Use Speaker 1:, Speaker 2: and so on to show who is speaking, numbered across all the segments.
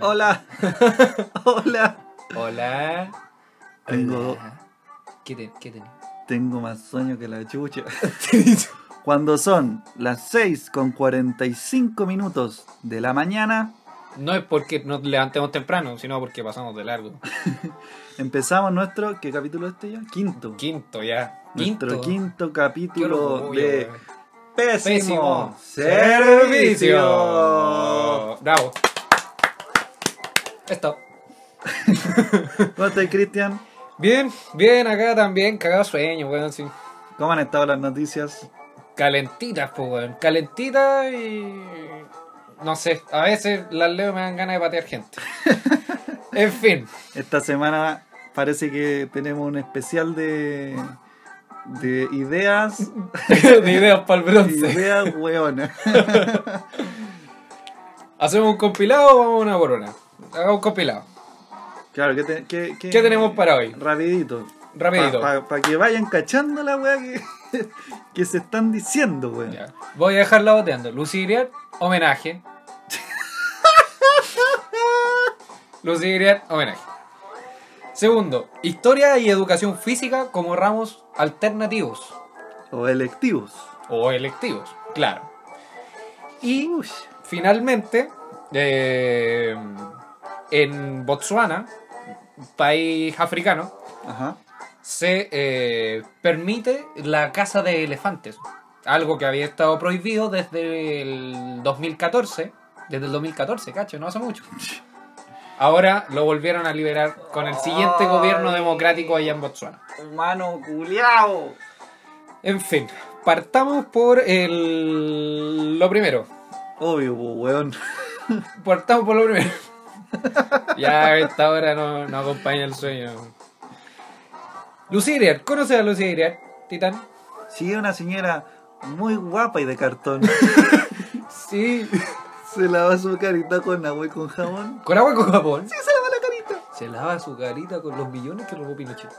Speaker 1: Hola. Hola.
Speaker 2: Hola.
Speaker 1: Tengo,
Speaker 2: ¿Qué te, qué te-
Speaker 1: tengo más sueño que la chucha. Cuando son las 6 con 45 minutos de la mañana,
Speaker 2: No es porque nos levantemos temprano, sino porque pasamos de largo.
Speaker 1: empezamos nuestro. ¿Qué capítulo es este ya? Quinto.
Speaker 2: Quinto ya. Quinto.
Speaker 1: Nuestro quinto
Speaker 2: Qué
Speaker 1: capítulo
Speaker 2: orgullo,
Speaker 1: de
Speaker 2: weón.
Speaker 1: Pésimo,
Speaker 2: Pésimo
Speaker 1: Servicio.
Speaker 2: Bravo. Esto.
Speaker 1: ¿Cómo estás, Cristian?
Speaker 2: Bien, bien acá también, cagado sueño, weón, sí.
Speaker 1: ¿Cómo han estado las noticias?
Speaker 2: Calentitas, pues, weón. Calentitas y. No sé, a veces las leo y me dan ganas de patear gente. en fin.
Speaker 1: Esta semana parece que tenemos un especial de, de ideas.
Speaker 2: de ideas para el bronce.
Speaker 1: Ideas hueonas.
Speaker 2: ¿Hacemos un compilado o vamos a una por una? Hagamos un compilado.
Speaker 1: Claro, ¿qué, te- qué, qué-
Speaker 2: ¿Qué tenemos para hoy?
Speaker 1: Rapidito.
Speaker 2: Rapidito.
Speaker 1: Para que vayan cachando la weá que, que se están diciendo, weón.
Speaker 2: Ya. Voy a dejarla boteando. Lucy Griat, homenaje. Lucy Griat, homenaje. Segundo, historia y educación física como ramos alternativos
Speaker 1: O electivos.
Speaker 2: o electivos, claro. Y
Speaker 1: Uy,
Speaker 2: finalmente, eh, en Botswana, país africano,
Speaker 1: Ajá.
Speaker 2: se eh, permite la caza de elefantes. Algo que había estado prohibido desde el 2014. Desde el 2014, cacho, no hace mucho. Ahora lo volvieron a liberar con el siguiente
Speaker 1: Ay.
Speaker 2: gobierno democrático allá en Botswana.
Speaker 1: Humano culiao.
Speaker 2: En fin, partamos por el... lo primero.
Speaker 1: Obvio, po, weón.
Speaker 2: Partamos por lo primero. ya a esta hora no, no acompaña el sueño. Lucirier, ¿conoces a Lucirier, Titán?
Speaker 1: Sí, una señora muy guapa y de cartón.
Speaker 2: Sí.
Speaker 1: se lava su carita con agua y con jabón.
Speaker 2: ¿Con agua y con Japón?
Speaker 1: Sí, se lava la carita.
Speaker 2: Se lava su carita con los millones que robó Pinochet.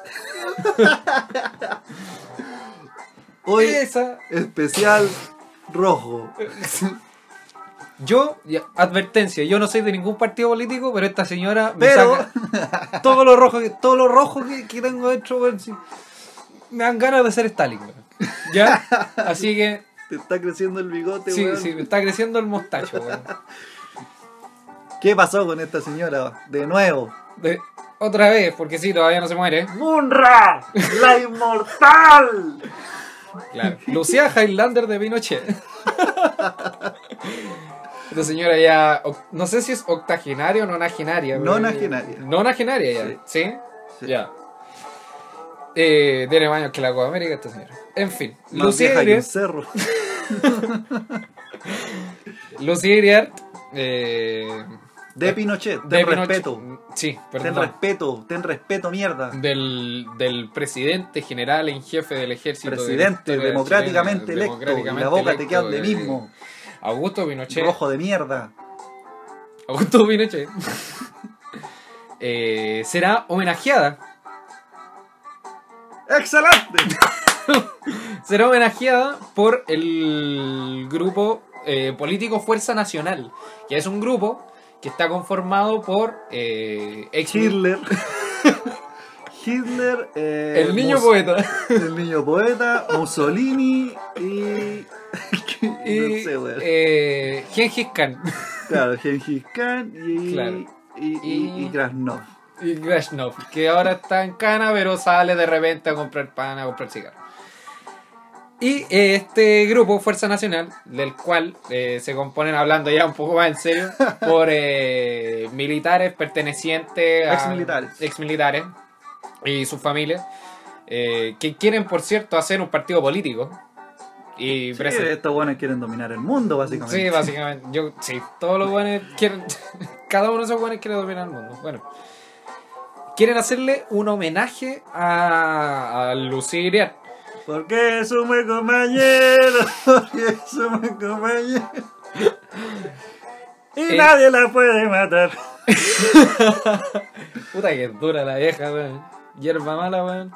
Speaker 1: Hoy,
Speaker 2: Esa.
Speaker 1: especial rojo.
Speaker 2: Yo, ya, advertencia, yo no soy de ningún partido político, pero esta señora me
Speaker 1: Pero-
Speaker 2: saca todo lo rojo que, todo lo rojo que, que tengo dentro, weón, sí. Me dan ganas de ser Stalin, weón. ¿Ya? Así que,
Speaker 1: Te está creciendo el bigote,
Speaker 2: sí,
Speaker 1: weón.
Speaker 2: sí, me está creciendo el mostacho, weón.
Speaker 1: ¿Qué pasó con esta señora? De nuevo.
Speaker 2: De- Otra vez, porque sí, todavía no se muere.
Speaker 1: ¡Munra! ¡La inmortal!
Speaker 2: Claro. Lucía Highlander de Pinochet. Esta señora ya, oc- no sé si es octogenaria o nonagenaria. pero-
Speaker 1: Nonagenaria.
Speaker 2: Nonagenaria ya, ¿sí?
Speaker 1: Sí.
Speaker 2: Ya. Eh, tiene más años que la Copa América esta señora. En fin,
Speaker 1: Más vieja
Speaker 2: Lucía
Speaker 1: que un
Speaker 2: Iriart,
Speaker 1: cerro.
Speaker 2: Lucía Iriart, eh,
Speaker 1: De Pinochet, ten
Speaker 2: de Pinochet-
Speaker 1: respeto.
Speaker 2: Sí,
Speaker 1: Ten
Speaker 2: perdón.
Speaker 1: respeto, ten respeto, mierda.
Speaker 2: Del, del presidente general en jefe del ejército. de la
Speaker 1: Presidente
Speaker 2: historia
Speaker 1: democráticamente
Speaker 2: chilena,
Speaker 1: electo. y
Speaker 2: democráticamente
Speaker 1: la boca te
Speaker 2: electo,
Speaker 1: queda de
Speaker 2: eh,
Speaker 1: mismo.
Speaker 2: Augusto Pinochet.
Speaker 1: Rojo de mierda.
Speaker 2: Augusto Pinochet eh, será homenajeada.
Speaker 1: ¡Excelente!
Speaker 2: Será homenajeada por el grupo eh, político Fuerza Nacional, que es un grupo que está conformado por eh, ex-
Speaker 1: Hitler. Hitler. eh,
Speaker 2: el niño
Speaker 1: Mus-
Speaker 2: poeta
Speaker 1: El niño poeta, Mussolini y.
Speaker 2: y
Speaker 1: no sé, weón.
Speaker 2: eh, Gengis Khan
Speaker 1: Claro, Gengis Khan y.
Speaker 2: Claro.
Speaker 1: Y, y- y Krasnov.
Speaker 2: y Grashnov, que ahora está en Cana pero sale de repente a comprar pan, a comprar cigarro. Y eh, este grupo, Fuerza Nacional, del cual eh, se componen, hablando ya un poco más en serio, por eh, militares pertenecientes a...
Speaker 1: Exmilitares.
Speaker 2: exmilitares y sus familias, eh, que quieren, por cierto, hacer un partido político. Y
Speaker 1: Sí,
Speaker 2: presen-
Speaker 1: estos buenos quieren dominar el mundo, básicamente.
Speaker 2: Sí, básicamente. Yo, sí, todos los buenos quieren. Cada uno de esos buenos quiere dominar el mundo. Bueno. Quieren hacerle un homenaje a, a Lucy Iriart.
Speaker 1: Porque es un buen compañero, porque es un buen compañero. Y
Speaker 2: Eh.
Speaker 1: nadie la puede matar.
Speaker 2: Puta que dura la vieja, weón. Hierba mala, weón.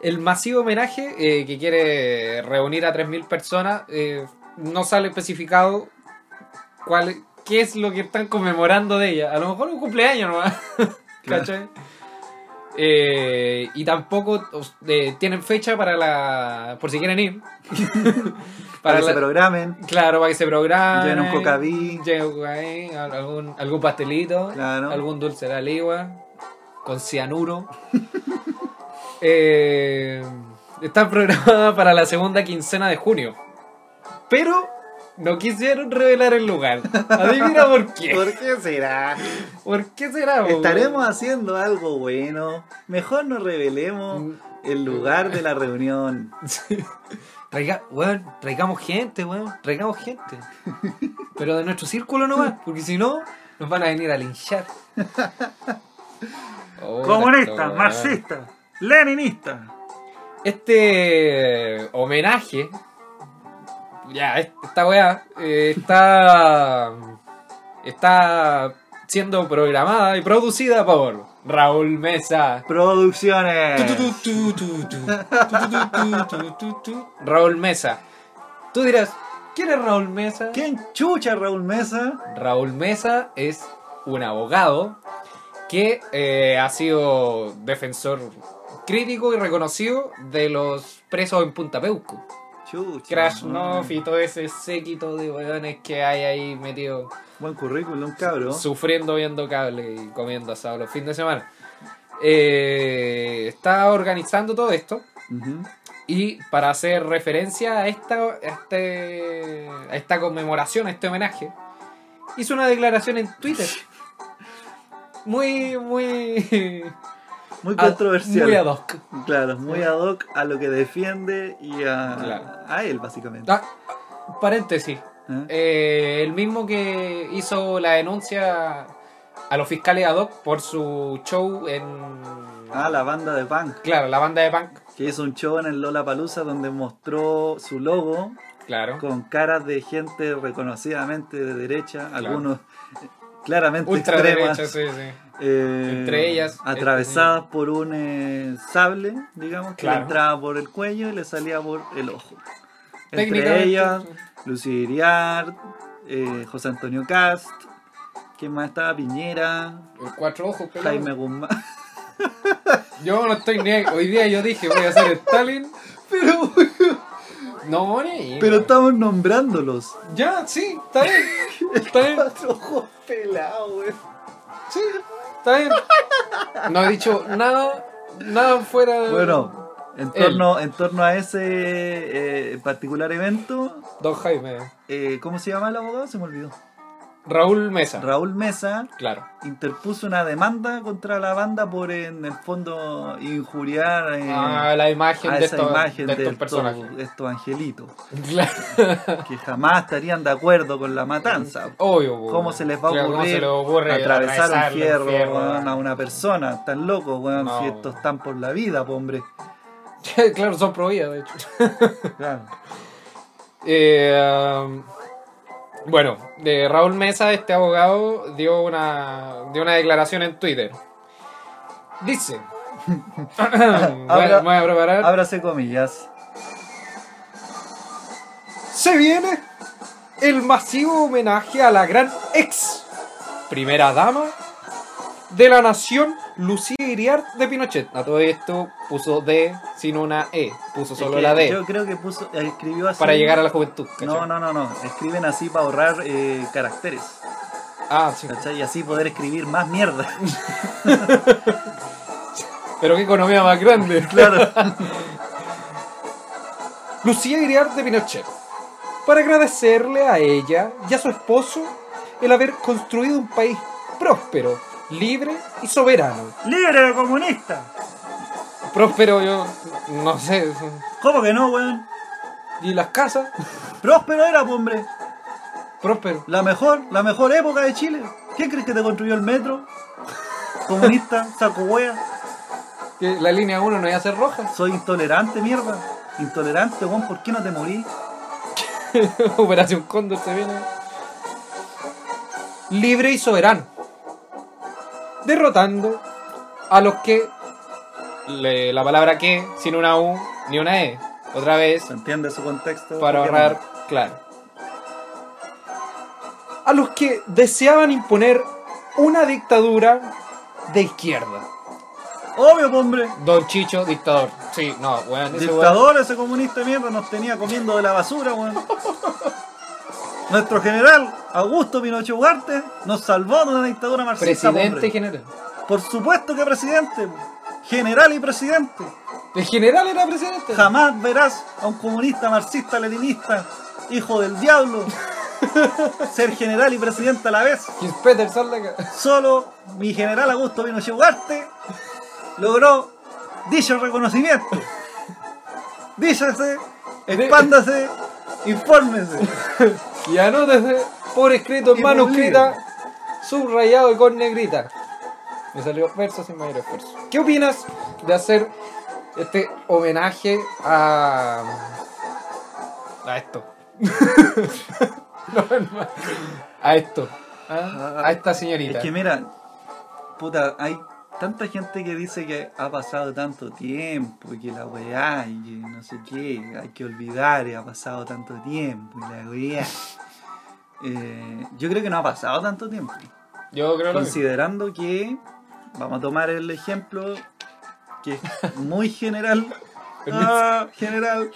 Speaker 2: El masivo homenaje eh, que quiere reunir a 3.000 personas eh, no sale especificado cuál, qué es lo que están conmemorando de ella. A lo mejor un cumpleaños nomás.
Speaker 1: Claro.
Speaker 2: ¿Cachai? Eh, y tampoco os- eh, tienen fecha para la. por si quieren ir.
Speaker 1: Para que
Speaker 2: la-
Speaker 1: se programen,
Speaker 2: Claro, para que se programen.
Speaker 1: lleven un cocaví.
Speaker 2: Lleven un cocaví, al- algún, algún pastelito,
Speaker 1: Claro.
Speaker 2: algún dulce de la ligua, con cianuro. Eh, está programada para la segunda quincena de junio. Pero no quisieron revelar el lugar. Adivina por qué.
Speaker 1: ¿Por qué será?
Speaker 2: ¿Por qué será? po?
Speaker 1: Estaremos haciendo algo bueno. Mejor no
Speaker 2: Mm.
Speaker 1: revelemos el lugar de la reunión.
Speaker 2: Traiga, weón, traigamos gente, weón, traigamos gente. Pero de nuestro círculo nomás, porque si no, nos van a venir a linchar. Oh, tanto, weón.
Speaker 1: leninista.
Speaker 2: Este homenaje, ya, esta weá, eh, está, está siendo programada y producida por Raúl Mesa. Tu,
Speaker 1: Producciones.
Speaker 2: tu, tu, tu, tu, tu, tu, tu, tu, tu, tu. Raúl Mesa. Tú dirás, ¿quién es Raúl Mesa?
Speaker 1: ¿Quién chucha Raúl Mesa?
Speaker 2: Raúl Mesa es un abogado que eh, ha sido defensor crítico y reconocido de los presos en Punta Peuco.
Speaker 1: Chucha.
Speaker 2: Krasnov y todo ese séquito de weones que hay ahí metido
Speaker 1: Buen currículum, cabro.
Speaker 2: sufriendo viendo cable y comiendo asado los fines de semana. Eh, está organizando todo esto.
Speaker 1: Ujú.
Speaker 2: Ah, Y para hacer referencia a esta, a este- a esta conmemoración, a este homenaje, hizo una declaración en Twitter. Muy, muy.
Speaker 1: Muy
Speaker 2: ad-
Speaker 1: controversial.
Speaker 2: Muy ad hoc.
Speaker 1: Claro, muy ad hoc a lo que defiende y a,
Speaker 2: Claro.
Speaker 1: a él, básicamente.
Speaker 2: Ah, paréntesis.
Speaker 1: ¿Eh?
Speaker 2: Eh, el mismo que hizo la denuncia a los fiscales ad hoc por su show en.
Speaker 1: Ah, la banda de punk,
Speaker 2: Claro, la banda de punk.
Speaker 1: que hizo un show en el Lola Palusa donde mostró su logo
Speaker 2: Claro.
Speaker 1: con caras de gente reconocidamente de derecha, algunos claramente
Speaker 2: Ultra
Speaker 1: extremas,
Speaker 2: derecha, sí, sí.
Speaker 1: eh,
Speaker 2: Entre ellas, este,
Speaker 1: atravesadas por un eh, sable, digamos, que
Speaker 2: Claro.
Speaker 1: le entraba por el cuello y le salía por el ojo. Entre
Speaker 2: Técnicamente,
Speaker 1: ellas,
Speaker 2: sí.
Speaker 1: Lucy Iriart, eh, José Antonio Cast, ¿quién más estaba? Piñera,
Speaker 2: Cuatro ojos, pero-
Speaker 1: Jaime Guzmán.
Speaker 2: Yo no estoy ni ahí. Hoy día yo dije, voy a ser Stalin.
Speaker 1: Pero,
Speaker 2: No, ni.
Speaker 1: pero estamos nombrándolos.
Speaker 2: Ya, sí, está bien. Está bien,
Speaker 1: Cuatro ojos pelados, güey.
Speaker 2: sí, está bien. No he dicho nada, nada fuera de.
Speaker 1: Bueno, en torno, en torno a ese eh, particular evento,
Speaker 2: Don Jaime.
Speaker 1: eh, ¿cómo se llama el abogado? Se me olvidó.
Speaker 2: Raúl Mesa.
Speaker 1: Raúl Mesa
Speaker 2: claro.
Speaker 1: interpuso una demanda contra la banda por, en el fondo, injuriar eh,
Speaker 2: Ah, la imagen
Speaker 1: a
Speaker 2: de
Speaker 1: esa
Speaker 2: estos,
Speaker 1: imagen
Speaker 2: de
Speaker 1: de
Speaker 2: estos personajes.
Speaker 1: estos, estos angelitos,
Speaker 2: Claro.
Speaker 1: que jamás estarían de acuerdo con la matanza.
Speaker 2: Obvio, po,
Speaker 1: ¿Cómo se les va a
Speaker 2: claro, ¿cómo se
Speaker 1: ocurrir,
Speaker 2: les ocurre
Speaker 1: atravesar un
Speaker 2: atravesarle
Speaker 1: fierro, weón,
Speaker 2: weón?
Speaker 1: a una persona? Tan loco, weón,
Speaker 2: No,
Speaker 1: si
Speaker 2: weón.
Speaker 1: estos están por la vida, po, hombre.
Speaker 2: claro, son prohibidas, de hecho.
Speaker 1: Claro.
Speaker 2: Eh, um, bueno, de Raúl Mesa, este abogado, dio una, dio una declaración en Twitter. Dice.
Speaker 1: Abra-
Speaker 2: bueno, voy a preparar.
Speaker 1: Ábrase comillas.
Speaker 2: Se viene el masivo homenaje a la gran ex primera dama de la nación, Lucía Iriart de Pinochet. A todo esto puso D sin una E, puso
Speaker 1: Es
Speaker 2: solo
Speaker 1: que
Speaker 2: la D
Speaker 1: Yo creo que puso, escribió así.
Speaker 2: para llegar a la juventud. ¿cachai?
Speaker 1: No, no, no, no. Escriben así para ahorrar eh, caracteres.
Speaker 2: Ah, sí.
Speaker 1: ¿Cachai? Y así poder escribir más mierda.
Speaker 2: Pero qué economía más grande.
Speaker 1: claro.
Speaker 2: Lucía Iriarte de Pinochet, para agradecerle a ella y a su esposo el haber construido un país próspero, libre y soberano.
Speaker 1: ¡Libre comunista!
Speaker 2: Próspero, yo no sé.
Speaker 1: ¿Cómo que no, weón?
Speaker 2: ¿Y las casas?
Speaker 1: Próspero era, po, hombre.
Speaker 2: Próspero.
Speaker 1: La mejor, la mejor época de Chile. ¿Quién crees que te construyó el metro? Comunista, saco wea.
Speaker 2: Que La línea 1 no iba a ser roja.
Speaker 1: Soy intolerante, mierda. Intolerante, weón. ¿Por qué no te morí?
Speaker 2: Operación Cóndor se viene. Libre y soberano. Derrotando a los que. le- la palabra que, sin una U ni una E. Otra vez,
Speaker 1: ¿Se entiende su contexto?
Speaker 2: para
Speaker 1: Porque,
Speaker 2: ahorrar, claro. a los que deseaban imponer una dictadura de izquierda.
Speaker 1: Obvio, po, hombre.
Speaker 2: Don Chicho, dictador. Sí, no, weón. ese weón-
Speaker 1: Dictador, ese comunista de mierda nos tenía comiendo de la basura, weón. Nuestro general, Augusto Pinochet Ugarte, nos salvó de una dictadura marxista. po,
Speaker 2: Presidente
Speaker 1: hombre.
Speaker 2: general.
Speaker 1: Por supuesto que presidente, po. general y presidente.
Speaker 2: El general era presidente.
Speaker 1: Jamás verás a un comunista marxista leninista, hijo del diablo, ser general y presidente a la vez.
Speaker 2: Chris Peter, sal de acá.
Speaker 1: Solo mi general Augusto Pinochet Ugarte logró dicho reconocimiento. Díchase, expándase, infórmese.
Speaker 2: Y anótese por escrito en
Speaker 1: Y
Speaker 2: manuscrita, subrayado y con negrita. Me salió verso sin mayor esfuerzo. ¿Qué opinas de hacer este homenaje a. a esto? No, hermano. a esto. ¿ah? A esta señorita.
Speaker 1: Es que mira, puta, hay tanta gente que dice que ha pasado tanto tiempo y que la weá y que no sé qué, hay que olvidar y ha pasado tanto tiempo y la weá. Eh, yo creo que no ha pasado tanto tiempo.
Speaker 2: Yo creo lo mismo.
Speaker 1: Considerando que, vamos a tomar el ejemplo que es muy general. Ah, general,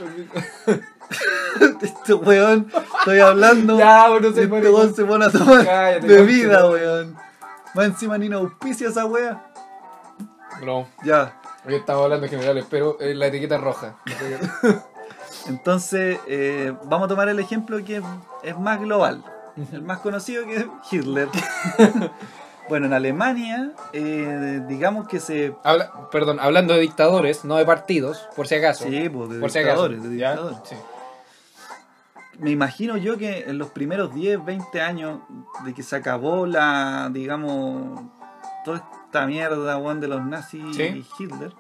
Speaker 1: este weón, estoy hablando.
Speaker 2: Ya, bueno,
Speaker 1: Y
Speaker 2: se
Speaker 1: este
Speaker 2: pone.
Speaker 1: weón se pone a tomar
Speaker 2: Cállate,
Speaker 1: bebida,
Speaker 2: conche,
Speaker 1: weón. Más encima ni una auspicia esa wea.
Speaker 2: No,
Speaker 1: Ya.
Speaker 2: yo estaba hablando en general, pero eh, la etiqueta es roja.
Speaker 1: Entonces, eh, vamos a tomar el ejemplo que es, es más global. El más conocido que es Hitler. bueno, en Alemania, eh, digamos que se.
Speaker 2: Habla- perdón, hablando de dictadores, no de partidos, por si acaso.
Speaker 1: Sí, pues, de
Speaker 2: por si acaso.
Speaker 1: dictadores, de
Speaker 2: ¿ya?
Speaker 1: dictadores.
Speaker 2: Sí.
Speaker 1: Me imagino yo que en los primeros 10, 20 años de que se acabó la, digamos, toda esta mierda weón, de los nazis
Speaker 2: Sí.
Speaker 1: y Hitler,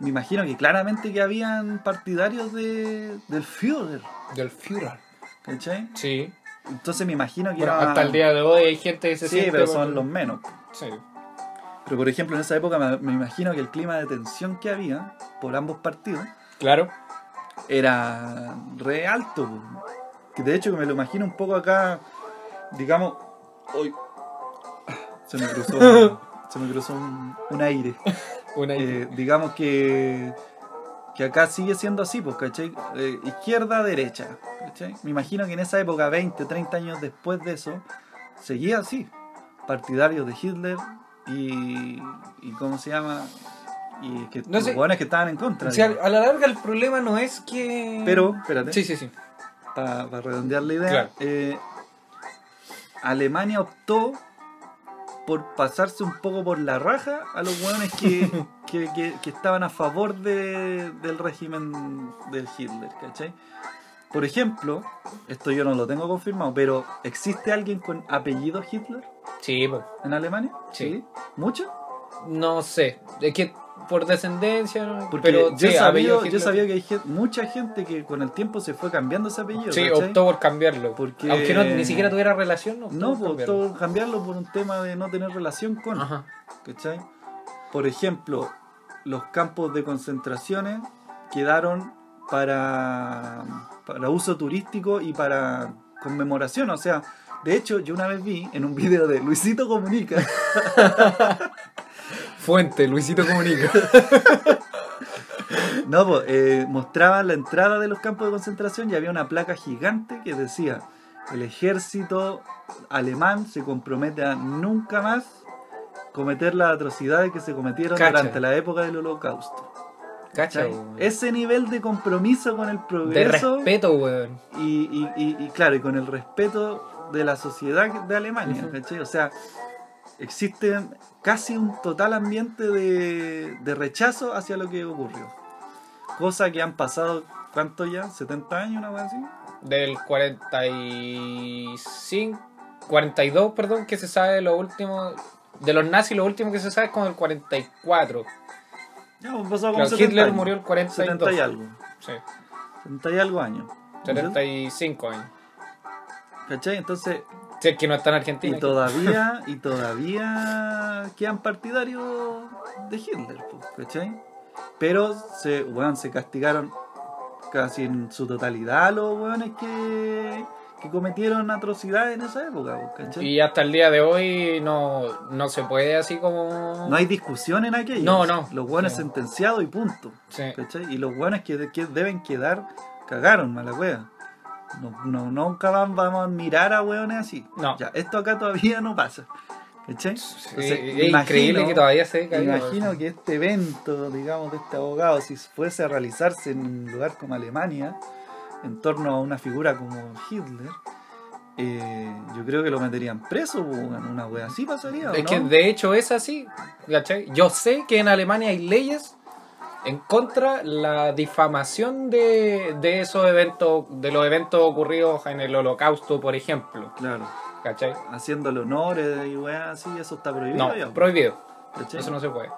Speaker 1: me imagino que claramente que habían partidarios de, del Führer,
Speaker 2: Del Führer.
Speaker 1: ¿cachai?
Speaker 2: Sí.
Speaker 1: Entonces me imagino que
Speaker 2: Bueno,
Speaker 1: era-
Speaker 2: hasta el día de hoy hay gente que se
Speaker 1: Sí,
Speaker 2: siente...
Speaker 1: pero son los menos.
Speaker 2: Sí.
Speaker 1: Pero por ejemplo, en esa época me, me imagino que el clima de tensión que había por ambos partidos
Speaker 2: Claro.
Speaker 1: era re alto. po. Que de hecho que me lo imagino un poco acá, digamos, hoy ah, se me cruzó, se me cruzó un, un aire.
Speaker 2: Una...
Speaker 1: Eh, digamos que que acá sigue siendo así, pues, ¿cachai? Eh, izquierda, derecha, ¿cachai? Me imagino que en esa época, 20, 30 años después de eso, seguía así. Partidarios de Hitler y, y ¿cómo se llama? Y que
Speaker 2: No sé.
Speaker 1: los hueones que estaban en contra.
Speaker 2: O sea,
Speaker 1: digamos.
Speaker 2: a la larga el problema no es que...
Speaker 1: Pero, espérate
Speaker 2: Sí, sí, sí.
Speaker 1: para redondear la idea,
Speaker 2: Claro.
Speaker 1: eh, Alemania optó por pasarse un poco por la raja a los hueones que, que- que- que estaban a favor de- del régimen del Hitler, ¿cachai? Por ejemplo, esto yo no lo tengo confirmado, pero ¿existe alguien con apellido Hitler
Speaker 2: Sí, pues.
Speaker 1: en Alemania?
Speaker 2: Sí.
Speaker 1: ¿Mucho?
Speaker 2: No sé. Es que por descendencia... ¿no?
Speaker 1: Porque
Speaker 2: pero
Speaker 1: yo,
Speaker 2: sí,
Speaker 1: sabía,
Speaker 2: apellido
Speaker 1: yo
Speaker 2: Hitler-
Speaker 1: sabía que hay gen- mucha gente que con el tiempo se fue cambiando ese apellido.
Speaker 2: Sí,
Speaker 1: ¿cachai?
Speaker 2: optó por cambiarlo.
Speaker 1: Porque-
Speaker 2: Aunque no, ni siquiera tuviera relación, optó
Speaker 1: No,
Speaker 2: por
Speaker 1: pues,
Speaker 2: cambiarlo.
Speaker 1: todo- cambiarlo por un tema de no tener relación con.
Speaker 2: Ajá.
Speaker 1: ¿cachai? Por ejemplo, los campos de concentraciones quedaron para, para uso turístico y para conmemoración. O sea, de hecho, yo una vez vi en un video de Luisito Comunica,
Speaker 2: Fuente, Luisito Comunica.
Speaker 1: no, po, eh, mostraba la entrada de los campos de concentración y había una placa gigante que decía, el ejército alemán se compromete a nunca más cometer las atrocidades que se cometieron
Speaker 2: Cacha.
Speaker 1: durante la época del holocausto.
Speaker 2: Cacha,
Speaker 1: ¿Cachai?
Speaker 2: weón.
Speaker 1: Ese nivel de compromiso con el
Speaker 2: De
Speaker 1: progreso
Speaker 2: respeto, weón.
Speaker 1: y, y- y- y, claro, y con el respeto de la sociedad de Alemania,
Speaker 2: Ujú.
Speaker 1: ¿cachai? O sea, existe casi un total ambiente de, de rechazo hacia lo que ocurrió. Cosa que han pasado, ¿cuánto ya? ¿70 años, una cosa así?
Speaker 2: Del 45, 42, perdón, que se sabe lo último. De los nazis, lo último que se sabe es como el 44.
Speaker 1: Ya, han pasado como
Speaker 2: Claro,
Speaker 1: 70
Speaker 2: Hitler
Speaker 1: años.
Speaker 2: murió el
Speaker 1: 70
Speaker 2: 42.
Speaker 1: y algo.
Speaker 2: Sí,
Speaker 1: 70 y algo años.
Speaker 2: 75 años.
Speaker 1: ¿Cachai? Entonces,
Speaker 2: Si es que no está en
Speaker 1: Y
Speaker 2: Argentina.
Speaker 1: todavía, y todavía quedan partidarios de Hitler, po, ¿cachai? Pero se, weón, se castigaron casi en su totalidad a los weones que, que cometieron atrocidades en esa época, po, ¿cachai?
Speaker 2: Y hasta el día de hoy no, no se puede así como...
Speaker 1: No hay discusión en aquello.
Speaker 2: No, no.
Speaker 1: Los hueones
Speaker 2: Sí.
Speaker 1: sentenciados y punto.
Speaker 2: Sí.
Speaker 1: ¿cachai? Y los hueones que, que deben quedar cagaron, mala wea. No, no- nunca van- vamos a mirar a hueones así.
Speaker 2: No.
Speaker 1: Ya, esto acá todavía no pasa. ¿Cachai?
Speaker 2: Sí,
Speaker 1: Entonces,
Speaker 2: es
Speaker 1: pues, imagino-
Speaker 2: increíble que todavía se
Speaker 1: Me
Speaker 2: caiga.
Speaker 1: imagino que este evento, digamos, de este abogado, si fuese a realizarse en un lugar como Alemania, en torno a una figura como Hitler, eh, yo creo que lo meterían preso, po, weón, una wea así pasaría. ¿o
Speaker 2: Es
Speaker 1: no?
Speaker 2: que de hecho es así. ¿cachai? Yo sé que en Alemania hay leyes en contra la difamación de, de esos eventos, de los eventos ocurridos en el holocausto, por ejemplo.
Speaker 1: Claro,
Speaker 2: ¿Cachai?
Speaker 1: haciéndole honores y weá así, eso está prohibido.
Speaker 2: No,
Speaker 1: ya, po,
Speaker 2: prohibido.
Speaker 1: ¿cachai?
Speaker 2: Eso no se puede.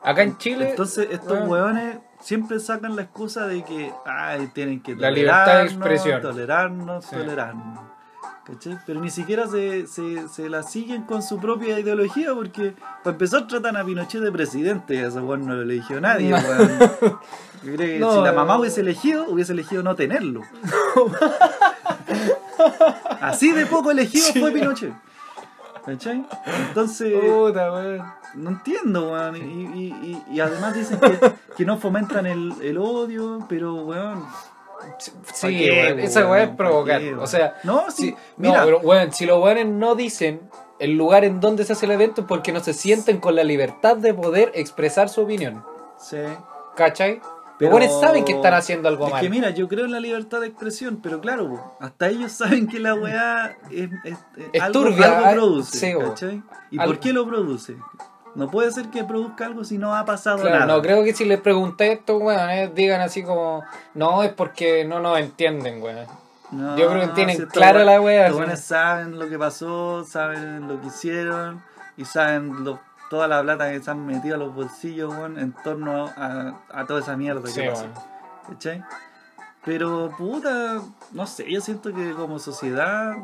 Speaker 2: Acá en Chile, ah,
Speaker 1: Entonces estos
Speaker 2: weón.
Speaker 1: hueones siempre sacan la excusa de que ay, tienen que
Speaker 2: La
Speaker 1: tolerarnos,
Speaker 2: libertad de expresión.
Speaker 1: tolerarnos,
Speaker 2: Sí.
Speaker 1: tolerarnos. ¿Cachai? Pero ni siquiera se, se, se la siguen con su propia ideología porque para empezar tratan a Pinochet de presidente y a ese weón no lo eligió nadie.
Speaker 2: No.
Speaker 1: weón. Yo creo que
Speaker 2: No,
Speaker 1: si la
Speaker 2: no,
Speaker 1: mamá
Speaker 2: no.
Speaker 1: hubiese elegido, hubiese elegido no tenerlo. Así de poco elegido fue Pinochet. ¿Cachai? Entonces...
Speaker 2: Puta, weón.
Speaker 1: No entiendo, weón. Y, y- y- y además dicen que, que no fomentan el, el odio, pero, weón. ¿pa'
Speaker 2: Sí,
Speaker 1: qué,
Speaker 2: weón, esa weá es
Speaker 1: ¿Pa'
Speaker 2: provocar.
Speaker 1: qué,
Speaker 2: o
Speaker 1: weón?
Speaker 2: sea,
Speaker 1: No, sí.
Speaker 2: Sí,
Speaker 1: mira,
Speaker 2: no, pero weón, si los weones no dicen el lugar en donde se hace el evento es porque no se sienten con la libertad de poder expresar su opinión.
Speaker 1: sí.
Speaker 2: ¿Cachai?
Speaker 1: Pero-
Speaker 2: Los weones saben que están haciendo algo
Speaker 1: Es
Speaker 2: mal.
Speaker 1: que mira, yo creo en la libertad de expresión, pero claro, po, hasta ellos saben que la weá es, es-
Speaker 2: Es
Speaker 1: algo,
Speaker 2: turbia,
Speaker 1: algo
Speaker 2: ah,
Speaker 1: produce.
Speaker 2: sí, po.
Speaker 1: ¿cachai? ¿Y
Speaker 2: Algo.
Speaker 1: por qué lo produce? No puede ser que produzca algo si no ha pasado
Speaker 2: Claro,
Speaker 1: nada.
Speaker 2: no creo que si les pregunté esto, weones, digan así como, no, es porque no nos entienden, weón.
Speaker 1: No,
Speaker 2: Yo creo que tienen
Speaker 1: esta
Speaker 2: clara la wea,
Speaker 1: Los
Speaker 2: sí.
Speaker 1: buenos saben lo que pasó, saben lo que hicieron y saben lo- toda la plata que se han metido a los bolsillos weón, en torno a, a toda esa mierda
Speaker 2: Sí,
Speaker 1: que pasó.
Speaker 2: weón.
Speaker 1: ¿cachai? Pero puta, no sé, yo siento que como sociedad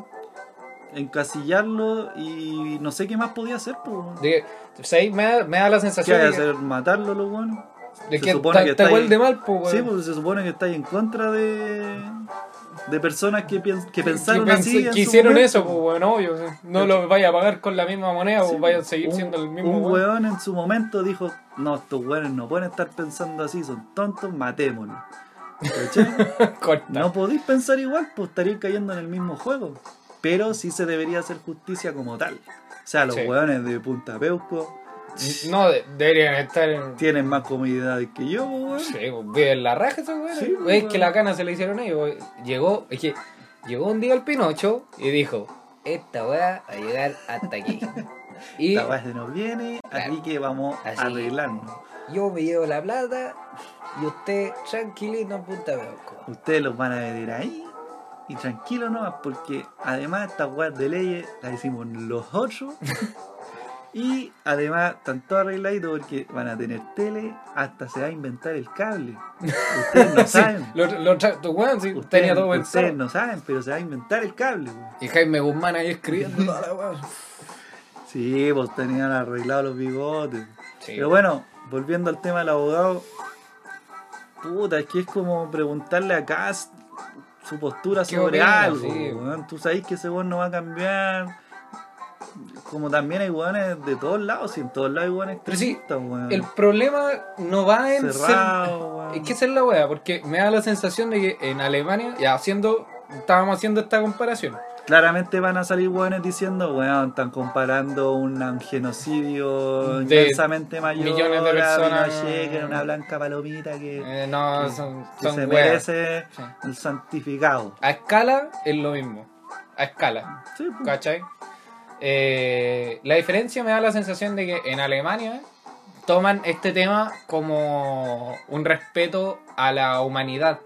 Speaker 1: encasillarlo y no sé qué más podía hacer. Pues, weón.
Speaker 2: De- ¿sabes? me, da, me da la
Speaker 1: ¿Qué
Speaker 2: sensación
Speaker 1: hay que
Speaker 2: de que,
Speaker 1: hacer? ¿Matarlo los buenos?
Speaker 2: de
Speaker 1: Se
Speaker 2: que
Speaker 1: supone
Speaker 2: ta-
Speaker 1: que
Speaker 2: ta
Speaker 1: está
Speaker 2: igual
Speaker 1: ahí.
Speaker 2: de mal, pues, weón.
Speaker 1: Sí, porque se supone que estáis en contra de, de personas que, piens- que pensaron
Speaker 2: que,
Speaker 1: así. en
Speaker 2: que
Speaker 1: su
Speaker 2: hicieron
Speaker 1: momento,
Speaker 2: eso,
Speaker 1: po.
Speaker 2: pues, weón, obvio. No lo vaya a pagar con la misma moneda,
Speaker 1: Sí,
Speaker 2: pues vaya a seguir
Speaker 1: un-
Speaker 2: siendo el mismo
Speaker 1: Un
Speaker 2: weón.
Speaker 1: weón en su momento dijo, no, estos weones no pueden estar pensando así, son tontos, matémoslos. ¿Cachai?
Speaker 2: Corta.
Speaker 1: no podéis pensar igual, pues estaríais cayendo en el mismo juego. Pero sí se debería hacer justicia como tal. O sea, los
Speaker 2: Sí.
Speaker 1: weones de Punta Peuco
Speaker 2: No, de- deberían estar en.
Speaker 1: tienen más comodidades que yo, pues, weón.
Speaker 2: Sí, pues, viven la raja esos weones.
Speaker 1: Sí, pues,
Speaker 2: es
Speaker 1: weón.
Speaker 2: que la cana se la hicieron ellos. weón. Llegó, es que llegó un día el Pinocho y dijo: Esta weá va a llegar hasta aquí. y
Speaker 1: La weá se nos viene,
Speaker 2: Claro.
Speaker 1: así que vamos
Speaker 2: Así.
Speaker 1: a arreglarnos.
Speaker 2: yo me llevo la plata y usted tranquilito punta Peuco.
Speaker 1: Ustedes los van a meter ahí y tranquilo nomás, porque además estas weas de leyes las hicimos nosotros. y además están todo arregladito porque van a tener tele, hasta se va a inventar el cable. Ustedes no
Speaker 2: Sí,
Speaker 1: saben.
Speaker 2: lo, lo tra- tu weón, sí,
Speaker 1: Ustedes,
Speaker 2: tenía todo
Speaker 1: ustedes
Speaker 2: pensado.
Speaker 1: no saben, pero se va a inventar el cable. weón.
Speaker 2: Y Jaime Guzmán ahí escribiendo toda la weá.
Speaker 1: Sí, pues tenían arreglados los bigotes.
Speaker 2: Sí,
Speaker 1: Pero bueno, volviendo al tema del abogado, puta, es que es como preguntarle a Cass su postura
Speaker 2: ¿Qué
Speaker 1: sobre
Speaker 2: opina?
Speaker 1: algo.
Speaker 2: Sí.
Speaker 1: weón. Tú sabes que ese weón no va a cambiar. Como también hay weones de todos lados, y en todos lados hay weones
Speaker 2: Pero sí,
Speaker 1: extremistas, weón.
Speaker 2: El problema no va en ser
Speaker 1: cerrado, weón.
Speaker 2: Es que esa es la wea, porque me da la sensación de que en Alemania, ya haciendo, estábamos haciendo esta comparación.
Speaker 1: Claramente van a salir weones diciendo, weón, están comparando un, un genocidio
Speaker 2: De
Speaker 1: inmensamente mayor.
Speaker 2: millones de
Speaker 1: a
Speaker 2: personas.
Speaker 1: Pinochet, que era una blanca palomita que,
Speaker 2: Eh, no,
Speaker 1: Sí.
Speaker 2: son,
Speaker 1: que
Speaker 2: son
Speaker 1: se
Speaker 2: weas.
Speaker 1: merece
Speaker 2: Sí.
Speaker 1: el santificado.
Speaker 2: A escala es lo mismo. A escala,
Speaker 1: Sí, pues.
Speaker 2: ¿cachai? Eh, la diferencia me da la sensación de que en Alemania toman este tema como un respeto a la humanidad.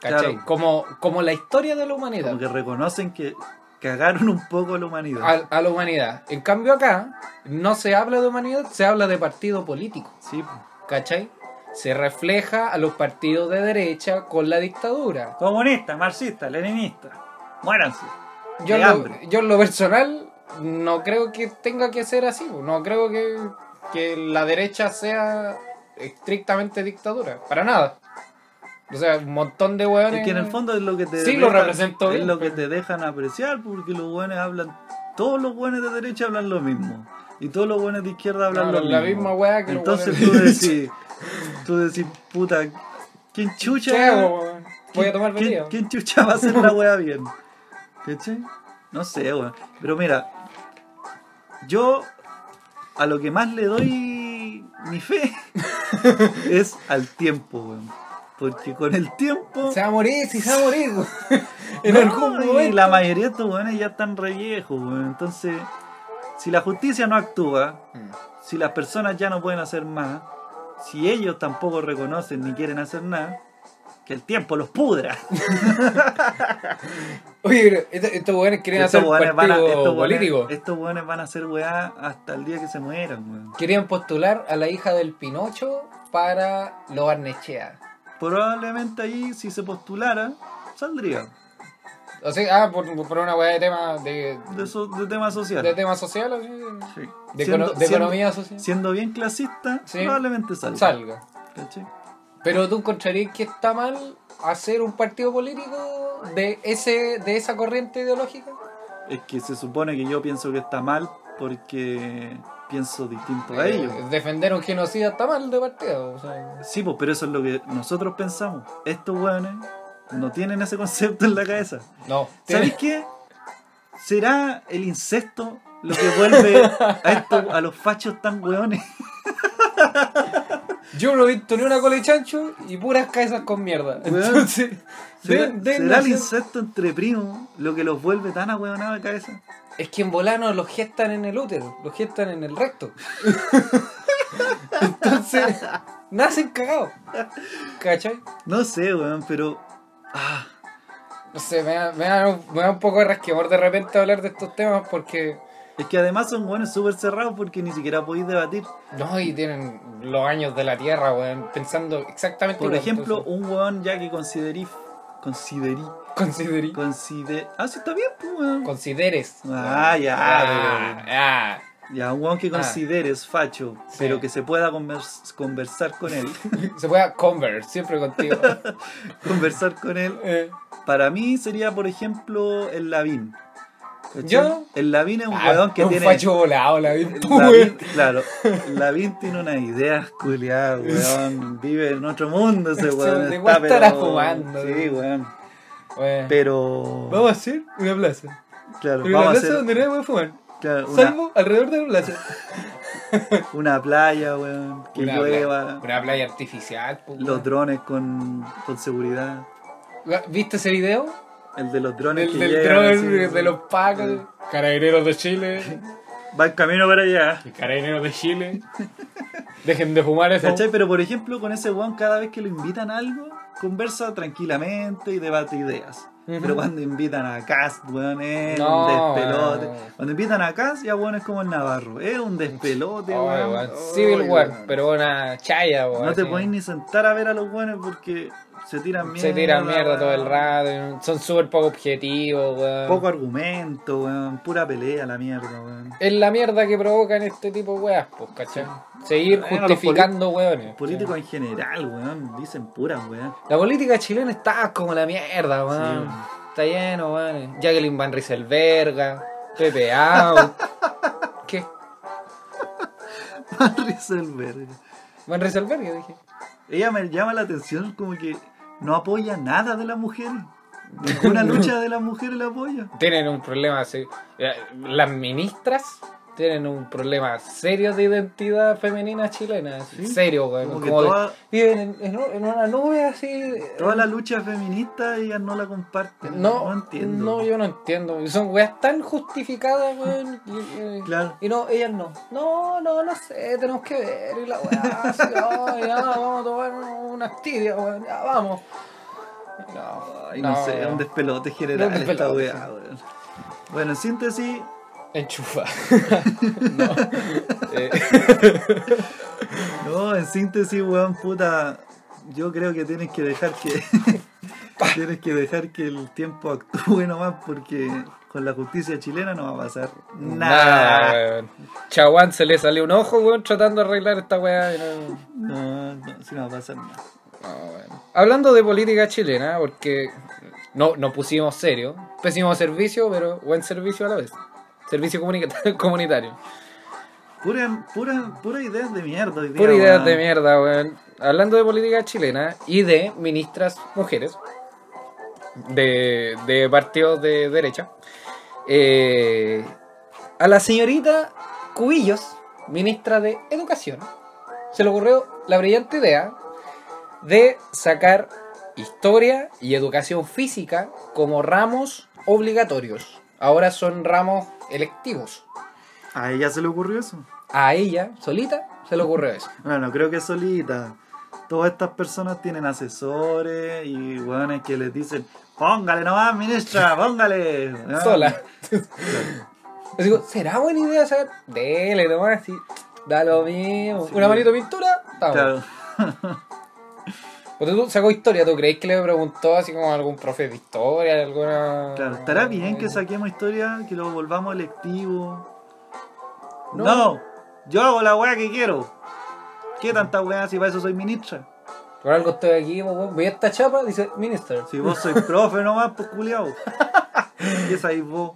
Speaker 2: ¿Cachai?
Speaker 1: Claro.
Speaker 2: Como, como la historia de la humanidad.
Speaker 1: Como que reconocen que cagaron un poco la humanidad.
Speaker 2: a, a la humanidad. En cambio acá no se habla de humanidad, se habla de partido político,
Speaker 1: Sí,
Speaker 2: ¿cachai? Se refleja a los partidos de derecha con la dictadura.
Speaker 1: comunista, marxista, leninista. Muéranse.
Speaker 2: Yo,
Speaker 1: De
Speaker 2: en lo,
Speaker 1: hambre.
Speaker 2: yo en lo personal no creo que tenga que ser así, no creo que, que la derecha sea estrictamente dictadura, para nada. O sea, un montón de hueones.
Speaker 1: Es que en el fondo es lo que te
Speaker 2: Eh, Sí, lo represento
Speaker 1: es
Speaker 2: bien,
Speaker 1: lo que
Speaker 2: pero-
Speaker 1: te dejan apreciar porque los buenos hablan todos los buenos de derecha hablan lo mismo y todos los buenos de izquierda hablan
Speaker 2: No,
Speaker 1: lo mismo.
Speaker 2: la misma hueá que los
Speaker 1: Entonces
Speaker 2: hueones
Speaker 1: tú
Speaker 2: de
Speaker 1: decís, tú decís, puta, ¿quién chucha?
Speaker 2: ¿Qué hago, weón? Voy a tomar
Speaker 1: ¿Quién-
Speaker 2: bebida.
Speaker 1: ¿Quién chucha va a hacer la wea bien? ¿Cachai? No sé, weón. Pero mira, yo a lo que más le doy mi fe es al tiempo, weón. Porque con el tiempo.
Speaker 2: Se va a morir, sí, se va a morir. weón. en
Speaker 1: No,
Speaker 2: algún
Speaker 1: y
Speaker 2: momento.
Speaker 1: la mayoría de estos weones ya están re viejos, weón. Entonces, si la justicia no actúa,
Speaker 2: Mm.
Speaker 1: si las personas ya no pueden hacer más, si ellos tampoco reconocen ni quieren hacer nada, que el tiempo los pudra.
Speaker 2: Oye, pero esto- estos hueones quieren hacer
Speaker 1: Estos
Speaker 2: un
Speaker 1: hueones van a- estos
Speaker 2: partido
Speaker 1: hueones-
Speaker 2: político.
Speaker 1: estos hueones van a hacer weá hasta el día que se mueran, weón.
Speaker 2: Querían postular a la hija del Pinocho para lo Barnechea.
Speaker 1: Probablemente ahí, si se postulara, saldría
Speaker 2: O sea, ah, por, por una hueá de tema de,
Speaker 1: de, so- de temas
Speaker 2: de
Speaker 1: sociales.
Speaker 2: tema social, o sea, de,
Speaker 1: Sí.
Speaker 2: econo- de
Speaker 1: siendo-
Speaker 2: economía social.
Speaker 1: siendo bien clasista,
Speaker 2: Sí.
Speaker 1: probablemente salga.
Speaker 2: Salga.
Speaker 1: ¿Cachai?
Speaker 2: Pero tú encontrarías que está mal hacer un partido político de ese de esa corriente ideológica.
Speaker 1: Es que se supone que yo pienso que está mal porque pienso distinto a
Speaker 2: Eh,
Speaker 1: ellos.
Speaker 2: defender un genocida está mal de partido. o sea.
Speaker 1: Sí, pues, pero eso es lo que nosotros pensamos. Estos hueones no tienen ese concepto en la cabeza.
Speaker 2: no.
Speaker 1: ¿Sabéis qué? ¿Será el incesto lo que vuelve a, esto- a los fachos tan hueones?
Speaker 2: Yo no he visto ni una cola de chancho y puras cabezas con mierda.
Speaker 1: Weón.
Speaker 2: Entonces,
Speaker 1: ¿Será,
Speaker 2: de- de-
Speaker 1: será el
Speaker 2: no-
Speaker 1: incesto entre primos lo que los vuelve tan ahueonados de cabeza?
Speaker 2: Es que en volano los gestan en el útero, los gestan en el recto. Entonces, nacen cagados. ¿Cachai?
Speaker 1: No sé, weón, pero. Ah,
Speaker 2: No sé, me da, me da un, me da un poco de rasqueador de repente hablar de estos temas porque.
Speaker 1: es que además son hueones súper cerrados porque ni siquiera podéis debatir.
Speaker 2: No, y tienen los años de la tierra, weón, pensando exactamente
Speaker 1: Por
Speaker 2: igual,
Speaker 1: ejemplo,
Speaker 2: entonces,
Speaker 1: un hueón ya que considerí. Considerí.
Speaker 2: consideri-
Speaker 1: Consider. Ah, sí, está bien, pues, weón.
Speaker 2: consideres.
Speaker 1: Ah,
Speaker 2: weón.
Speaker 1: ya,
Speaker 2: Ah, ah.
Speaker 1: Ya, un hueón que consideres facho,
Speaker 2: Sí.
Speaker 1: pero que se pueda convers- conversar con él.
Speaker 2: Se puede converse siempre contigo.
Speaker 1: conversar con él.
Speaker 2: Eh,
Speaker 1: Para mí sería, por ejemplo, el Lavín. ¿Cachai?
Speaker 2: ¿Yo?
Speaker 1: El Lavín es un
Speaker 2: ah,
Speaker 1: hueón que
Speaker 2: un
Speaker 1: tiene.
Speaker 2: facho volado, la vi-
Speaker 1: El Lavín, claro, el Lavín tiene unas ideas culiadas, weón. Vive en otro mundo ese
Speaker 2: Sí,
Speaker 1: weón.
Speaker 2: de Este
Speaker 1: Está,
Speaker 2: igual estará
Speaker 1: pero-
Speaker 2: fumando,
Speaker 1: Sí,
Speaker 2: weón.
Speaker 1: weón.
Speaker 2: Weón.
Speaker 1: Pero.
Speaker 2: Vamos a hacer una plaza.
Speaker 1: claro,
Speaker 2: Pero la
Speaker 1: vamos a
Speaker 2: plaza
Speaker 1: hacer
Speaker 2: donde nadie puede fumar.
Speaker 1: claro, una,
Speaker 2: Salvo alrededor de la plaza.
Speaker 1: una playa, weón. Que llueva.
Speaker 2: una playa artificial. po,
Speaker 1: Los
Speaker 2: weón.
Speaker 1: drones con, con seguridad.
Speaker 2: ¿Viste ese video?
Speaker 1: El de los drones
Speaker 2: El
Speaker 1: que
Speaker 2: del
Speaker 1: llegan,
Speaker 2: dron,
Speaker 1: así,
Speaker 2: de los pacos.
Speaker 1: Sí.
Speaker 2: Carabineros de Chile.
Speaker 1: Va en camino para allá.
Speaker 2: Carabineros de Chile. Dejen de fumar eso.
Speaker 1: ¿Cachai? Pero por ejemplo, con ese weón, cada vez que lo invitan a algo, conversa tranquilamente y debate ideas.
Speaker 2: Ujú.
Speaker 1: Pero cuando invitan a Cass, weón, es
Speaker 2: No,
Speaker 1: un despelote.
Speaker 2: weón.
Speaker 1: Cuando invitan a Cass, ya weón es como el Navarro. Es un despelote,
Speaker 2: Oh,
Speaker 1: weón.
Speaker 2: weón.
Speaker 1: Oh,
Speaker 2: Civil War,
Speaker 1: weón.
Speaker 2: pero una chaya, weón.
Speaker 1: No te
Speaker 2: así.
Speaker 1: podéis ni sentar a ver a los weones porque se tiran mierda.
Speaker 2: Se tiran mierda todo el
Speaker 1: weón.
Speaker 2: rato. Son súper poco objetivos, weón.
Speaker 1: Poco argumento, weón. Pura pelea la mierda, weón.
Speaker 2: Es la mierda que provocan este tipo de weas, pues, ¿cachai? Seguir
Speaker 1: Bueno, los
Speaker 2: justificando weones.
Speaker 1: Políticos en general, weón. Dicen puras, weón.
Speaker 2: La política chilena está como la mierda, weón.
Speaker 1: weón.
Speaker 2: Está lleno, weón. Jacqueline Van Rieselberga, Pepe Out. ¿Qué?
Speaker 1: Rieselberg.
Speaker 2: Van Rieselberga, dije.
Speaker 1: Ella me llama la atención como que no apoya nada de las mujeres. Ninguna lucha de las mujeres la apoya.
Speaker 2: Tienen un problema se- eh, Las ministras tienen un problema serio de identidad femenina chilena.
Speaker 1: Sí.
Speaker 2: Serio, weón.
Speaker 1: Como que
Speaker 2: Como de-
Speaker 1: toda-
Speaker 2: Viven en, en un- en una nube así. eh,
Speaker 1: Toda la lucha feminista ella no la comparte. No,
Speaker 2: No, no
Speaker 1: entiendo.
Speaker 2: yo no entiendo. Son weas tan justificadas, weón. y- y-
Speaker 1: Claro.
Speaker 2: Y no, ellas no. No, no, no sé, tenemos que ver. Y la weá, así, no, ya vamos a tomar unas tibias, weón, ya vamos. No,
Speaker 1: Ay, no, sé, es un despelote general
Speaker 2: Un despelote,
Speaker 1: esta weá, weón. Bueno, en síntesis,
Speaker 2: Enchufa. no. Eh,
Speaker 1: no, en síntesis, weón, puta, yo creo que tienes que dejar que tienes que dejar que el tiempo actúe nomás porque con la justicia chilena no va a pasar
Speaker 2: nada,
Speaker 1: nada.
Speaker 2: weón. Chaguán se le salió un ojo, weón, tratando de arreglar esta weá. y no-
Speaker 1: No, no, sí no va a pasar nada.
Speaker 2: Ah, bueno. Hablando de política chilena, porque no, no pusimos serio. Pésimo servicio, pero buen servicio a la vez. Servicio comunica- comunitario.
Speaker 1: Pura, pura, pura ideas de mierda. hoy día,
Speaker 2: Pura idea
Speaker 1: weón.
Speaker 2: de mierda, weón. Hablando de política chilena y de ministras mujeres de, de partidos de derecha, eh, a la señorita Cubillos, ministra de Educación, se le ocurrió la brillante idea de sacar historia y educación física como ramos obligatorios. Ahora son ramos electivos.
Speaker 1: A ella se le ocurrió eso.
Speaker 2: A ella, solita, se le ocurrió eso.
Speaker 1: Bueno, creo que solita. Todas estas personas tienen asesores y hueones que les dicen, póngale nomás, ministra, póngale. Ah,
Speaker 2: sola. Así digo, ¿será buena idea saber? Dele nomás, así. Da lo mismo.
Speaker 1: Sí.
Speaker 2: Una manito de pintura, estamos.
Speaker 1: Claro.
Speaker 2: Porque tú sacó historia, ¿tú crees que le preguntó así como a algún profe de historia, alguna.
Speaker 1: Claro, ¿estará bien que saquemos historia, que lo volvamos electivo?
Speaker 2: No.
Speaker 1: No, yo hago la weá que quiero. ¿Qué tanta weá si para eso soy ministra?
Speaker 2: Por algo estoy aquí, pues, weón. Veía esta chapa, dice Minister.
Speaker 1: Si vos sois profe nomás, pues culiao. ¿Qué sabéis vos?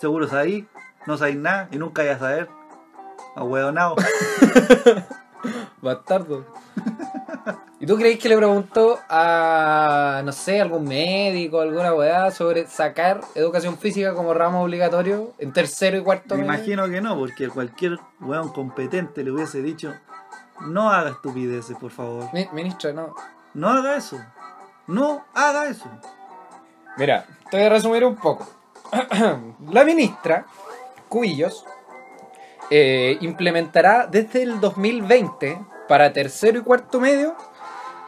Speaker 1: Seguro sabéis, no sabéis nada y nunca vais a saber. Ahueonao.
Speaker 2: Bastardo. ¿Y tú crees que le preguntó a, no sé, algún médico, alguna weá, sobre sacar educación física como ramo obligatorio en tercero y cuarto?
Speaker 1: Me
Speaker 2: medio?
Speaker 1: imagino que no, porque cualquier weón competente le hubiese dicho, no haga estupideces, por favor.
Speaker 2: Mi- Ministra, no.
Speaker 1: No haga eso. No haga eso.
Speaker 2: Mira, te voy a resumir un poco. La ministra, Cubillos, eh, implementará desde el 2020 para tercero y cuarto medio,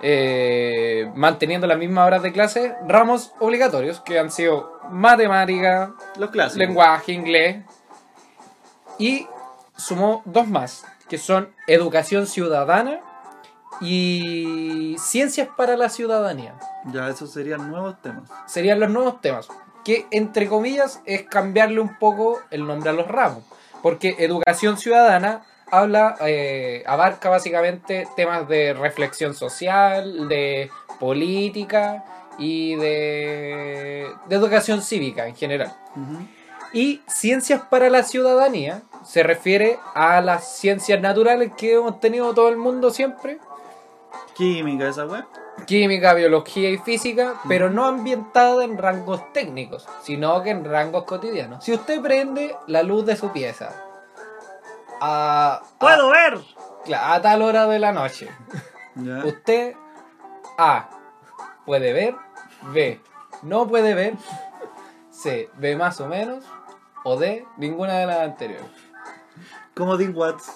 Speaker 2: eh, manteniendo las mismas horas de clase, ramos obligatorios que han sido matemática,
Speaker 1: Los clásicos.
Speaker 2: lenguaje, inglés, y sumó dos más, que son educación ciudadana y ciencias para la ciudadanía
Speaker 1: Ya, esos serían nuevos temas.
Speaker 2: serían los nuevos temas. Que entre comillas es cambiarle un poco el nombre a los ramos. Porque educación ciudadana habla, eh, abarca básicamente temas de reflexión social, de política y de, de educación cívica en general.
Speaker 1: Ujú.
Speaker 2: Y ciencias para la ciudadanía se refiere a las ciencias naturales que hemos tenido todo el mundo siempre,
Speaker 1: Química, esa weá.
Speaker 2: química, biología y física, pero no ambientada en rangos técnicos, sino que en rangos cotidianos. Si usted prende la luz de su pieza a, a,
Speaker 1: ¡Puedo ver!
Speaker 2: cla- a tal hora de la noche,
Speaker 1: Ya.
Speaker 2: usted A puede ver, B no puede ver, C ve más o menos, o D ninguna de las anteriores.
Speaker 1: Como Dick Watts.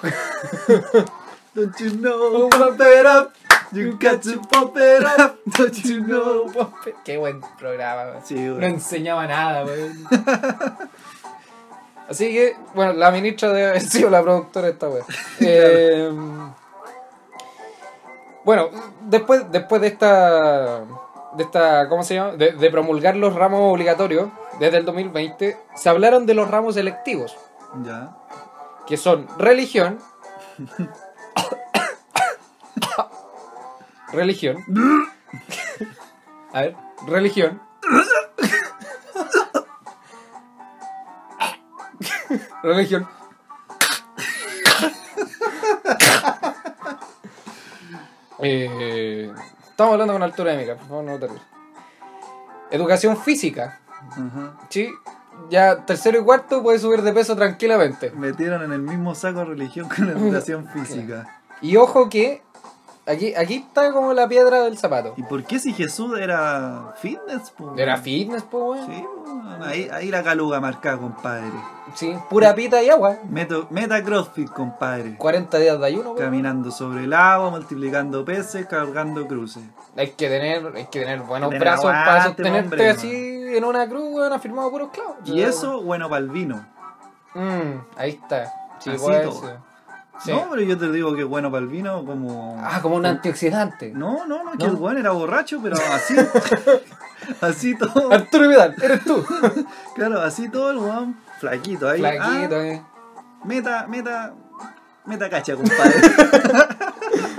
Speaker 1: Don't you know, pop it up. You got to pop it up. Don't you know.
Speaker 2: Qué buen programa. weón.
Speaker 1: Sí, weón.
Speaker 2: No enseñaba nada, weón. Así que, bueno, la ministra debe haber sido la productora de esta weón. bueno, después, después de esta. De esta. ¿Cómo se llama? De, de promulgar los ramos obligatorios desde el 2020, se hablaron de los ramos electivos,
Speaker 1: Ya.
Speaker 2: que son religión. religión. A ver, religión. religión. Eh, estamos hablando con altura de mira, por favor, no te rías. Educación física.
Speaker 1: Ajá.
Speaker 2: Sí, ya tercero y cuarto puedes subir de peso tranquilamente.
Speaker 1: Metieron en el mismo saco religión con educación física.
Speaker 2: Y ojo que aquí, aquí está como la piedra del zapato.
Speaker 1: ¿Y por qué si Jesús era fitness? po?
Speaker 2: Era fitness, pues, weón.
Speaker 1: Sí, po. ahí, ahí la caluga marcada, compadre.
Speaker 2: Sí, pura pita y agua.
Speaker 1: Meto, meta CrossFit, compadre.
Speaker 2: 40 días de ayuno, po.
Speaker 1: Caminando sobre el agua, multiplicando peces, cargando cruces.
Speaker 2: Hay que tener, hay que tener buenos
Speaker 1: Tener
Speaker 2: brazos para
Speaker 1: aguante,
Speaker 2: sostenerte
Speaker 1: hombre,
Speaker 2: así en una cruz, weón, afirmado puros clavos.
Speaker 1: Y eso, bueno, para el vino.
Speaker 2: Mm, ahí está. Sí,
Speaker 1: Así
Speaker 2: igual
Speaker 1: todo.
Speaker 2: eso. Sí.
Speaker 1: No, pero yo te digo que bueno para el vino como...
Speaker 2: Ah, como un antioxidante.
Speaker 1: No, no, no, es que
Speaker 2: ¿No?
Speaker 1: el weón era borracho, pero así... así todo...
Speaker 2: Arturo Vidal, eres tú.
Speaker 1: Claro, así todo el weón flaquito ahí.
Speaker 2: Flaquito,
Speaker 1: Ah,
Speaker 2: eh.
Speaker 1: meta, meta... Meta cacha, compadre.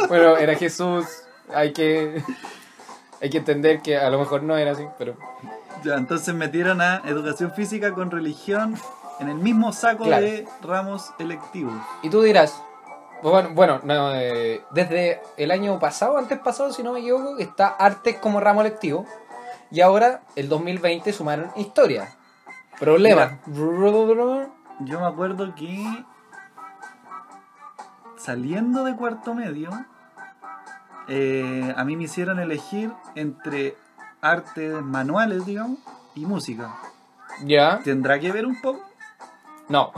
Speaker 2: Bueno, era Jesús. hay que. Hay que entender que a lo mejor no era así, pero.
Speaker 1: Ya, entonces metieron a educación física con religión en el mismo saco
Speaker 2: Claro.
Speaker 1: de ramos electivos.
Speaker 2: Y tú dirás, bueno, bueno no, eh, desde el año pasado, antes pasado, si no me equivoco, está artes como ramo electivo. Y ahora, el 2020, sumaron historia. Problema.
Speaker 1: Yo me acuerdo que saliendo de cuarto medio, eh, a mí me hicieron elegir entre artes manuales, digamos, y música.
Speaker 2: Ya.
Speaker 1: ¿Tendrá que ver un poco?
Speaker 2: No.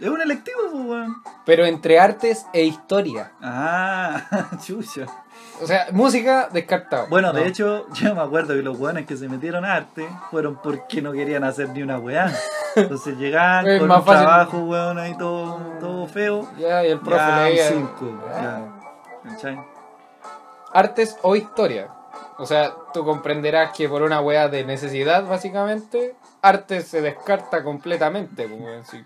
Speaker 1: Es un electivo, pues, weón.
Speaker 2: Pero entre artes e historia.
Speaker 1: Ah, chucha.
Speaker 2: O sea, música descartado.
Speaker 1: Bueno,
Speaker 2: No.
Speaker 1: de hecho, yo me acuerdo que los weones que se metieron a arte fueron porque no querían hacer ni una weá. Entonces llegaban
Speaker 2: Es
Speaker 1: con
Speaker 2: más
Speaker 1: un
Speaker 2: fácil.
Speaker 1: trabajo, weón, ahí todo, todo feo.
Speaker 2: Ya, y el profe
Speaker 1: Ya, un
Speaker 2: leía.
Speaker 1: cinco,
Speaker 2: Ah.
Speaker 1: ya. ¿Cachai?
Speaker 2: Artes o historia. O sea, tú comprenderás que por una wea de necesidad, básicamente, arte se descarta completamente. po, weón, sí.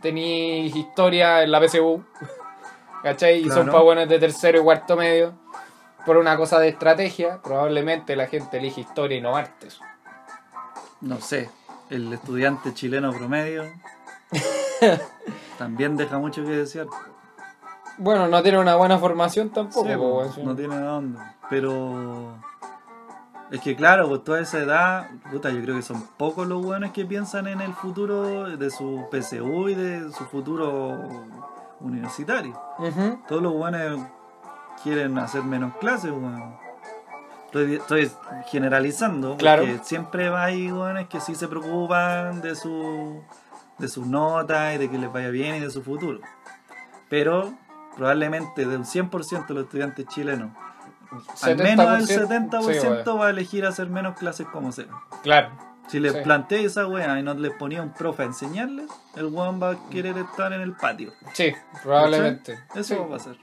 Speaker 2: Tení historia en la PSU, ¿cachai? Y son
Speaker 1: Claro.
Speaker 2: pa' buenos de tercero y cuarto medio. Por una cosa de estrategia, probablemente la gente elige historia y no artes.
Speaker 1: No sé, el estudiante chileno promedio también deja mucho que desear.
Speaker 2: Bueno, no tiene una buena formación tampoco.
Speaker 1: Sí,
Speaker 2: po,
Speaker 1: po,
Speaker 2: weón, sí.
Speaker 1: no tiene de dónde. Pero es que claro, pues toda esa edad, puta, yo creo que son pocos los buenos que piensan en el futuro de su PSU y de su futuro universitario.
Speaker 2: Ujú.
Speaker 1: Todos los buenos quieren hacer menos clases, weón. Estoy, estoy generalizando, porque
Speaker 2: Claro.
Speaker 1: siempre hay buenos que sí se preocupan de su de sus notas y de que les vaya bien y de su futuro. Pero probablemente de un 100% de los estudiantes chilenos, al menos el 70%
Speaker 2: sí, weón.
Speaker 1: va a elegir hacer menos clases como sea.
Speaker 2: claro.
Speaker 1: Si les
Speaker 2: Sí.
Speaker 1: plantea esa weá y no les ponía un profe a enseñarles, el weón va a querer estar en el patio.
Speaker 2: Sí, probablemente.
Speaker 1: ¿Cachai? Eso
Speaker 2: Sí.
Speaker 1: va a pasar.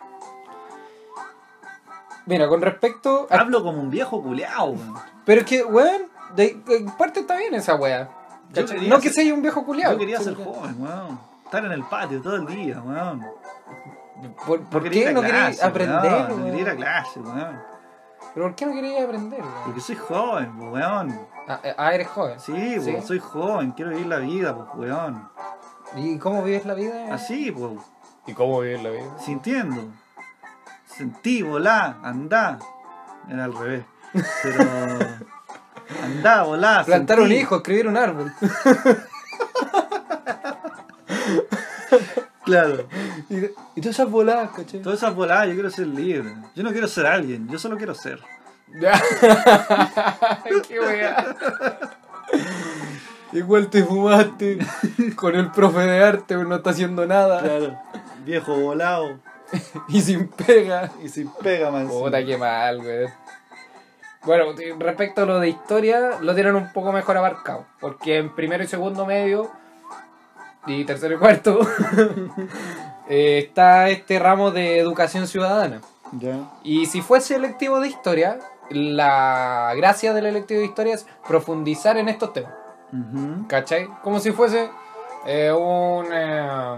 Speaker 2: Mira, con respecto a
Speaker 1: Hablo como un viejo culeado, weón.
Speaker 2: Pero es que, weón, de, de parte está bien esa weá.
Speaker 1: Yo
Speaker 2: ¿Cachai?
Speaker 1: quería
Speaker 2: No que
Speaker 1: ser-
Speaker 2: sea un viejo culiado.
Speaker 1: Yo quería ser joven, weón. Estar en el patio todo el día, weón.
Speaker 2: ¿Por,
Speaker 1: No
Speaker 2: por
Speaker 1: quería ir
Speaker 2: qué
Speaker 1: a
Speaker 2: no queréis
Speaker 1: clase,
Speaker 2: aprender?
Speaker 1: weón. No
Speaker 2: weón?
Speaker 1: quería ir a clase, weón.
Speaker 2: ¿Pero por qué no queréis aprender? weón?
Speaker 1: Porque soy joven, pues, weón.
Speaker 2: Ah, eh, ah, eres joven.
Speaker 1: Sí, pues,
Speaker 2: Sí.
Speaker 1: soy joven, quiero vivir la vida, pues, weón.
Speaker 2: ¿Y cómo vives la vida?
Speaker 1: Así, pues,
Speaker 2: ¿Y cómo vives la vida?
Speaker 1: sintiendo. Sentí, volá, andá. Era al revés. Pero. andá, volá.
Speaker 2: Plantar
Speaker 1: sentí.
Speaker 2: un hijo, escribir un árbol.
Speaker 1: Claro.
Speaker 2: y, y todas esas voladas, caché.
Speaker 1: Todas esas voladas, yo quiero ser libre. Yo no quiero ser alguien, yo solo quiero ser.
Speaker 2: qué weá. Igual te fumaste con el profe de arte, no está haciendo nada.
Speaker 1: Claro. Viejo volado
Speaker 2: Y sin pega.
Speaker 1: y sin pega, man.
Speaker 2: Puta, qué mal, güey. Bueno, de- respecto a lo de historia, lo tienen un poco mejor abarcado. Porque en primero y segundo medio, y tercero y cuarto, eh, está este ramo de educación ciudadana.
Speaker 1: Ya.
Speaker 2: Y si fuese electivo de historia, la gracia del electivo de historia es profundizar en estos temas.
Speaker 1: Ujú.
Speaker 2: ¿Cachai? Como si fuese eh, un... eh,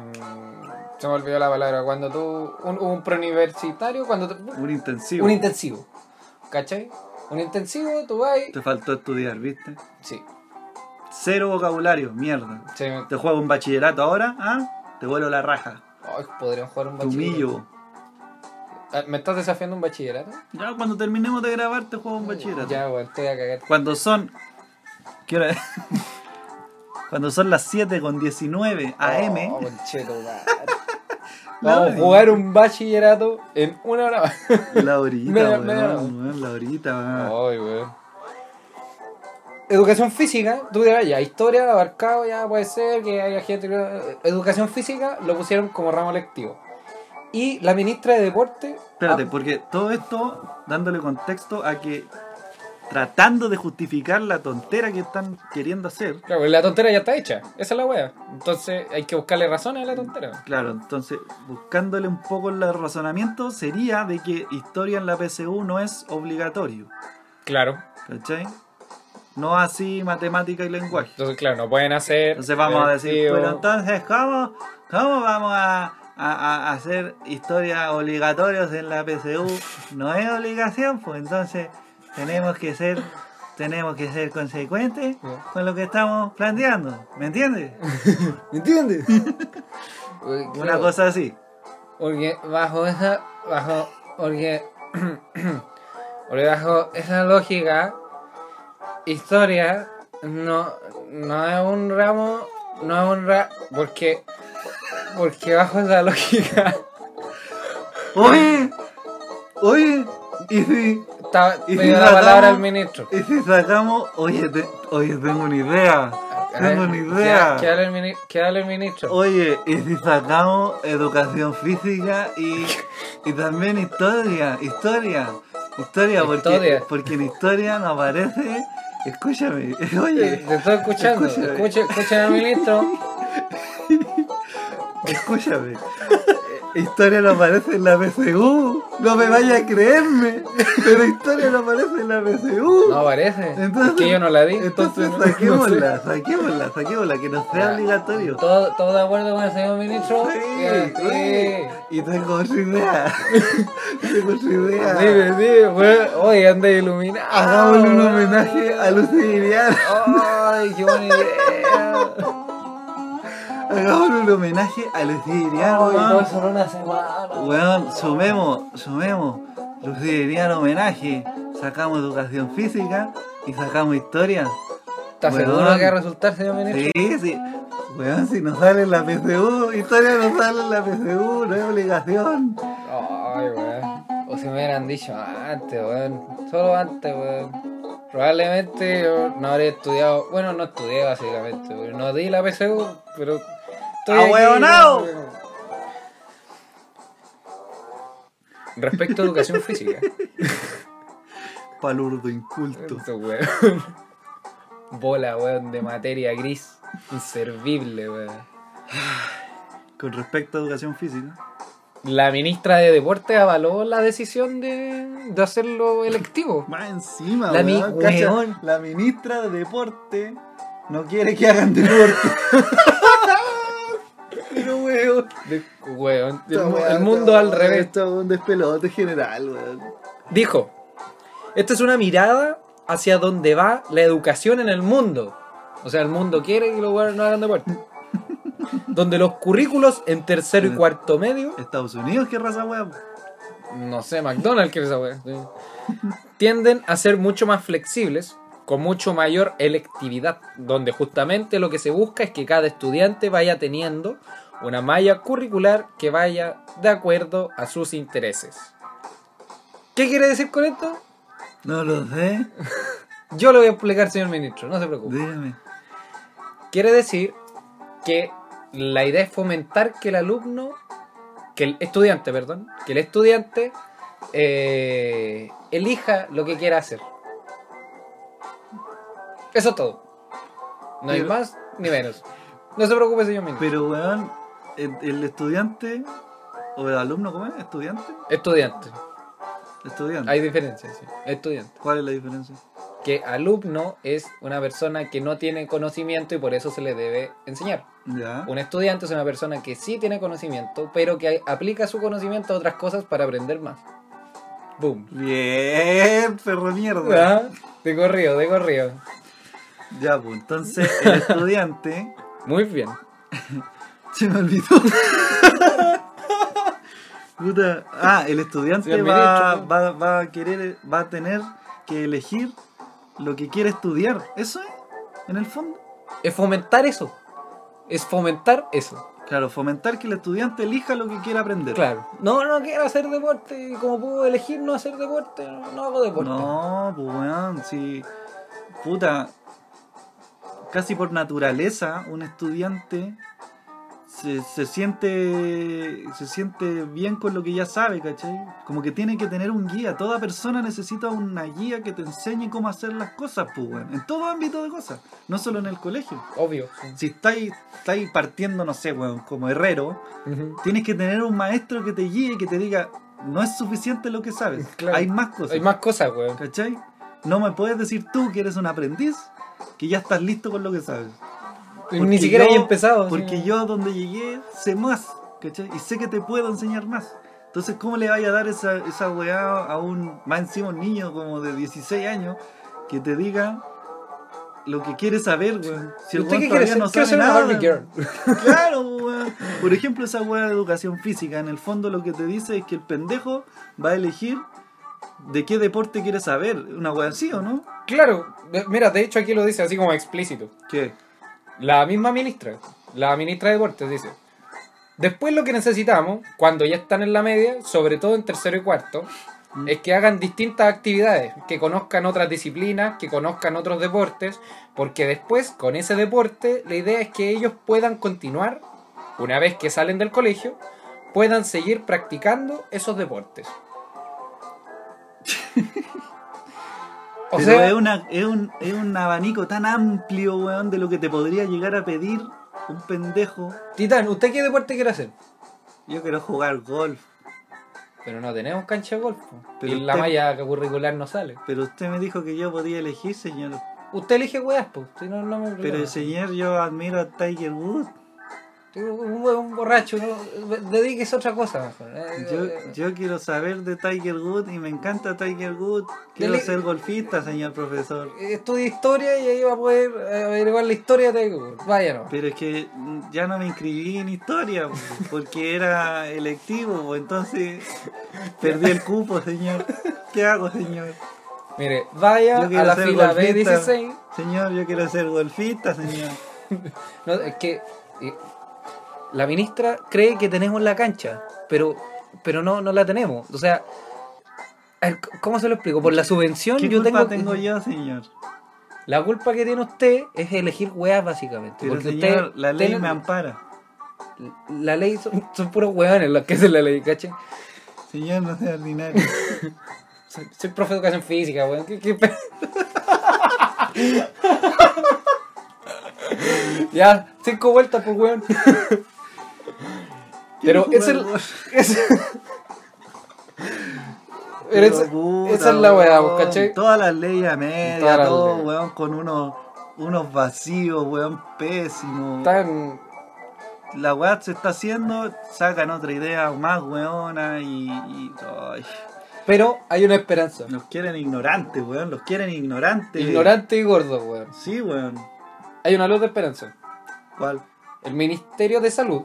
Speaker 2: se me olvidó la palabra. Cuando tú... Un, un preuniversitario, cuando... tú-
Speaker 1: Un intensivo.
Speaker 2: un intensivo. ¿Cachai? Un intensivo, tú vas. y-
Speaker 1: Te faltó estudiar, ¿viste?
Speaker 2: Sí.
Speaker 1: Cero vocabulario, mierda.
Speaker 2: sí.
Speaker 1: Te juego un bachillerato ahora, ¿ah? Te vuelo la raja.
Speaker 2: Ay, podrían jugar un
Speaker 1: Te
Speaker 2: bachillerato.
Speaker 1: humillo.
Speaker 2: Ah, ¿Me estás desafiando un bachillerato?
Speaker 1: Ya cuando terminemos de grabar te juego un bachillerato.
Speaker 2: Ya, weón, estoy a cagar.
Speaker 1: Cuando son. ¿Qué hora es? Cuando son las 7 con 19 AM.
Speaker 2: Oh, concheto, madre.
Speaker 1: La
Speaker 2: Vamos a
Speaker 1: orilla.
Speaker 2: jugar un bachillerato en una hora. más.
Speaker 1: La horita,
Speaker 2: Media-
Speaker 1: weón,
Speaker 2: media hora. Oh.
Speaker 1: weón, La horita,
Speaker 2: Ay,
Speaker 1: weón.
Speaker 2: weón. Educación física, tú dirás ya, historia, abarcado, ya puede ser que haya gente que... Educación física lo pusieron como ramo lectivo. Y la ministra de deporte...
Speaker 1: Espérate, porque todo esto dándole contexto a que tratando de justificar la tontera que están queriendo hacer.
Speaker 2: Claro, la tontera ya está hecha. Esa es la wea. Entonces hay que buscarle razones a la tontera.
Speaker 1: Claro, entonces buscándole un poco el razonamiento sería de que historia en la PSU no es obligatorio,
Speaker 2: Claro.
Speaker 1: ¿cachai? No así matemática y lenguaje.
Speaker 2: Entonces, claro, no pueden hacer.
Speaker 1: Entonces vamos a decir,
Speaker 2: electivo.
Speaker 1: pero entonces, ¿cómo, cómo vamos a, a, a hacer historias obligatorias en la PCU no es obligación, pues entonces tenemos que ser tenemos que ser consecuentes
Speaker 2: Ya.
Speaker 1: con lo que estamos planteando, ¿me entiendes?
Speaker 2: ¿Me entiendes? Uy,
Speaker 1: Una
Speaker 2: claro,
Speaker 1: cosa así.
Speaker 2: Porque bajo esa. Bajo. Porque. porque bajo esa lógica. Historia. No. No es un ramo. No es un ra. Porque. Porque bajo esa lógica.
Speaker 1: Oye, oye, y si,
Speaker 2: Está,
Speaker 1: ¿Y
Speaker 2: me
Speaker 1: si
Speaker 2: dio la
Speaker 1: tratamos?
Speaker 2: palabra al ministro.
Speaker 1: y si sacamos, oye, te- oye, tengo una idea,
Speaker 2: A ver,
Speaker 1: tengo una
Speaker 2: ¿qué-
Speaker 1: idea.
Speaker 2: ¿Qué habla el, mini- qué habla el ministro?
Speaker 1: Oye, y si sacamos educación física y, y también historia, historia, historia, porque,
Speaker 2: Historia.
Speaker 1: porque en historia no aparece, escúchame, oye,
Speaker 2: Te estoy escuchando.
Speaker 1: escúchame.
Speaker 2: Escucha, escucha al ministro.
Speaker 1: escúchame, eh, historia no aparece en la PCU, no me vaya a creerme, pero historia no aparece en la PCU.
Speaker 2: No parece.
Speaker 1: Entonces-
Speaker 2: es que yo no la vi.
Speaker 1: Entonces
Speaker 2: no- no sé.
Speaker 1: saquémosla, saquémosla, saquémosla, que no sea
Speaker 2: Ya.
Speaker 1: obligatorio.
Speaker 2: ¿Todo, todo de acuerdo con el señor ministro?
Speaker 1: Sí,
Speaker 2: Ya, sí.
Speaker 1: sí. Y tengo otra idea. tengo otra idea.
Speaker 2: Dime, dime, weón. Oye, anda iluminado.
Speaker 1: Hagámosle un
Speaker 2: weón.
Speaker 1: homenaje a Lucy Giliano.
Speaker 2: Ay, qué buena idea.
Speaker 1: Ah. Hagámosle un homenaje a Lucy Giliano.
Speaker 2: Ay, todo
Speaker 1: weón.
Speaker 2: solo una semana.
Speaker 1: Weón, sumemos, sumemos. Lucy Giliano homenaje. Sacamos educación física y sacamos historia.
Speaker 2: ¿Estás
Speaker 1: Weón.
Speaker 2: seguro que va a resultar, señor ministro?
Speaker 1: Sí, sí. Weón, si no sale en la PCU, historia no sale en la PCU, no es obligación.
Speaker 2: Ay, weón. O si me hubieran dicho antes, weón. Solo antes, weón. Probablemente yo no habría estudiado. Bueno, no estudié básicamente, weón. No di la PSU, pero. estoy aquí,
Speaker 1: ¡Ahueonao!
Speaker 2: weón. Respecto a educación física.
Speaker 1: Palurdo inculto.
Speaker 2: Eso, weón. Bola, weón, de materia gris. Inservible, weón.
Speaker 1: Con respecto a educación física.
Speaker 2: La ministra de Deporte avaló la decisión de, de hacerlo electivo.
Speaker 1: Más encima,
Speaker 2: La
Speaker 1: weón,
Speaker 2: mi-
Speaker 1: cacha,
Speaker 2: weón.
Speaker 1: la ministra de deporte no quiere que hagan deporte. Pero weón.
Speaker 2: De- weón, el,
Speaker 1: esta
Speaker 2: mu-
Speaker 1: weá,
Speaker 2: el
Speaker 1: esta
Speaker 2: mundo al
Speaker 1: weá,
Speaker 2: revés.
Speaker 1: Esto es un despelote general, weón.
Speaker 2: Dijo, esta es una mirada hacia donde va la educación en el mundo. O sea, el mundo quiere que los weones no hagan deporte. donde los currículos en tercero y cuarto medio,
Speaker 1: Estados Unidos, qué raza, weón.
Speaker 2: no sé, McDonald's quiere esa wea, sí, tienden a ser mucho más flexibles, con mucho mayor electividad, donde justamente lo que se busca es que cada estudiante vaya teniendo una malla curricular que vaya de acuerdo a sus intereses. ¿Qué quiere decir con esto?
Speaker 1: No lo sé.
Speaker 2: Yo lo voy a explicar, señor ministro, no se preocupe.
Speaker 1: Dígame.
Speaker 2: Quiere decir que la idea es fomentar que el alumno, que el estudiante, perdón, que el estudiante eh, elija lo que quiera hacer. Eso es todo. No hay
Speaker 1: Pero-
Speaker 2: más ni menos. No se preocupe, señor ministro.
Speaker 1: Pero weón, el, el estudiante. O el alumno, ¿cómo es? ¿Estudiante?
Speaker 2: Estudiante.
Speaker 1: Estudiante.
Speaker 2: Hay diferencias, sí. Estudiante.
Speaker 1: ¿Cuál es la diferencia?
Speaker 2: Que alumno es una persona que no tiene conocimiento y por eso se le debe enseñar.
Speaker 1: Ya.
Speaker 2: Un estudiante es una persona que sí tiene conocimiento, pero que aplica su conocimiento a otras cosas para aprender más. Boom.
Speaker 1: Bien, perro mierda.
Speaker 2: Ah, De corrido, de corrido.
Speaker 1: Ya, pues entonces el estudiante.
Speaker 2: Muy bien.
Speaker 1: Se me olvidó. Puta. Ah, el estudiante
Speaker 2: Señor
Speaker 1: va,
Speaker 2: ministro,
Speaker 1: va, va a querer, va a tener que elegir lo que quiere estudiar. Eso es, en el fondo.
Speaker 2: Es fomentar eso. Es fomentar eso.
Speaker 1: Claro, fomentar que el estudiante elija lo que quiera aprender.
Speaker 2: Claro. No, no quiero hacer deporte. y Como puedo elegir no hacer deporte, no no hago deporte.
Speaker 1: No, pues weón, si. Puta. Casi por naturaleza, un estudiante se, se siente. se siente bien con lo que ya sabe, ¿cachai? Como que tiene que tener un guía. Toda persona necesita una guía que te enseñe cómo hacer las cosas, pues weón. En todo ámbito de cosas. No solo en el colegio.
Speaker 2: Obvio. sí.
Speaker 1: Si estáis, estáis partiendo, no sé, weón, como herrero,
Speaker 2: Ujú.
Speaker 1: tienes que tener un maestro que te guíe, que te diga, no es suficiente lo que sabes.
Speaker 2: Claro.
Speaker 1: Hay más cosas.
Speaker 2: Hay más cosas, weón.
Speaker 1: ¿Cachai? No me puedes decir tú que eres un aprendiz, que ya estás listo con lo que sabes. Porque
Speaker 2: Ni siquiera
Speaker 1: yo-
Speaker 3: Oh,
Speaker 2: he empezado. sí.
Speaker 1: Porque yo a donde llegué sé más. ¿cachai? Y sé que te puedo enseñar más. Entonces, ¿cómo le vaya a dar esa, esa weá a un, más encima un niño como de 16 años, que te diga lo que quiere saber, weón? Si el
Speaker 3: ¿Usted
Speaker 1: weón
Speaker 3: qué quiere
Speaker 1: todavía
Speaker 3: ser?
Speaker 1: no
Speaker 3: Quiero
Speaker 1: sabe
Speaker 3: ser una
Speaker 1: nada.
Speaker 3: Barbie Girl.
Speaker 1: Claro, weón. Por ejemplo, esa weá de educación física, en el fondo lo que te dice es que el pendejo va a elegir de qué deporte quiere saber. Una weá así, ¿o no?
Speaker 2: Claro, de- mira, de hecho aquí lo dice así como explícito.
Speaker 1: ¿Qué?
Speaker 2: La misma ministra, la ministra de Deportes dice, después lo que necesitamos, cuando ya están en la media, sobre todo en tercero y cuarto,
Speaker 1: Mm.
Speaker 2: es que hagan distintas actividades, que conozcan otras disciplinas, que conozcan otros deportes, porque después con ese deporte la idea es que ellos puedan continuar, una vez que salen del colegio, puedan seguir practicando esos deportes. O
Speaker 1: Pero
Speaker 2: sea-
Speaker 1: es, una, es, un, es un abanico tan amplio, weón, de lo que te podría llegar a pedir un pendejo.
Speaker 2: Titán, ¿usted qué deporte quiere hacer?
Speaker 1: Yo quiero jugar golf,
Speaker 2: Pero no tenemos cancha de golf. po.
Speaker 1: Pero
Speaker 2: y la
Speaker 1: usted-
Speaker 2: malla curricular no sale.
Speaker 1: pero usted me dijo que yo podía elegir, señor.
Speaker 2: Usted elige weas, pues. Si no, no me
Speaker 1: Pero señor, yo admiro a Tiger Woods.
Speaker 2: Un, hue- un borracho, no, dedíquese a otra cosa mejor. Eh,
Speaker 1: Yo,
Speaker 2: eh,
Speaker 1: yo quiero saber de Tiger Woods y me encanta Tiger Woods. Quiero
Speaker 2: Dele-
Speaker 1: ser golfista, señor profesor.
Speaker 2: eh, Estudie historia y ahí va a poder eh, averiguar la historia de Google. Vaya no.
Speaker 1: Pero es que mm, ya no me inscribí en historia po, porque era electivo, po, entonces perdí el cupo, señor. ¿Qué hago, señor?
Speaker 2: Mire, vaya
Speaker 1: Yo
Speaker 2: a
Speaker 1: quiero
Speaker 2: la
Speaker 1: ser
Speaker 2: fila
Speaker 1: golfista.
Speaker 2: B16.
Speaker 1: Señor, yo quiero ser golfista, señor.
Speaker 2: No, es que eh, la ministra cree que tenemos la cancha, pero pero no, no la tenemos. O sea, a ver, ¿cómo se lo explico? Por la subvención
Speaker 1: ¿Qué
Speaker 2: yo
Speaker 1: culpa
Speaker 2: tengo,
Speaker 1: tengo yo, señor?
Speaker 2: La culpa que tiene usted es elegir weas básicamente.
Speaker 1: Pero
Speaker 2: porque
Speaker 1: señor,
Speaker 2: usted-
Speaker 1: la ley
Speaker 2: tiene-
Speaker 1: me ampara.
Speaker 2: La ley son, son puros weones los que hacen la ley, ¿cachai?
Speaker 1: Señor, no sea ordinario.
Speaker 2: Soy, soy profe de educación física, weón. ¿Qué, qué pe- ya, cinco vueltas por weón. Pero
Speaker 1: Quiero jugar
Speaker 2: es el.
Speaker 1: golf.
Speaker 2: es- Pero
Speaker 1: Pero
Speaker 2: esa,
Speaker 1: puta,
Speaker 2: esa es la weá,
Speaker 1: weón,
Speaker 2: ¿cachai?
Speaker 1: Todas las leyes a media,
Speaker 2: Todas las
Speaker 1: todo,
Speaker 2: leyes.
Speaker 1: weón, con unos, unos vacíos, weón, pésimos.
Speaker 2: Tan.
Speaker 1: La weá se está haciendo, sacan otra idea más weona y. y- ay,
Speaker 2: Pero hay una esperanza.
Speaker 1: nos quieren ignorantes, weón, los quieren ignorantes.
Speaker 2: Ignorante y gordo, weón.
Speaker 1: Sí, weón.
Speaker 2: Hay una luz de esperanza.
Speaker 1: ¿Cuál?
Speaker 2: El Ministerio de Salud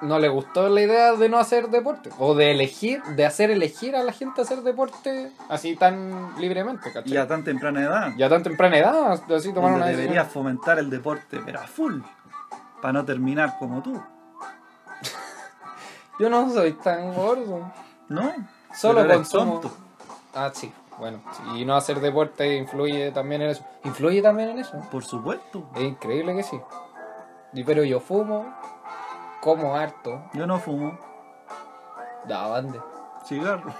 Speaker 2: no le gustó la idea de no hacer deporte. O de elegir, de hacer elegir a la gente hacer deporte así tan libremente, ¿cachai?
Speaker 1: Y a tan temprana edad.
Speaker 2: Ya tan temprana edad, así tomaron
Speaker 1: donde
Speaker 2: una decisión.
Speaker 1: debería fomentar el deporte, pero a full. Para no terminar como tú.
Speaker 2: Yo no soy tan gordo.
Speaker 1: ¿No?
Speaker 2: Solo
Speaker 1: Pero eres
Speaker 2: consumo.
Speaker 1: tonto.
Speaker 2: Ah, sí, bueno. sí, Y no hacer deporte influye también en eso. Influye también en eso.
Speaker 1: Por supuesto.
Speaker 2: Es increíble que sí. Y pero yo fumo, como harto,
Speaker 1: Yo no fumo
Speaker 2: da bande.
Speaker 1: cigarro.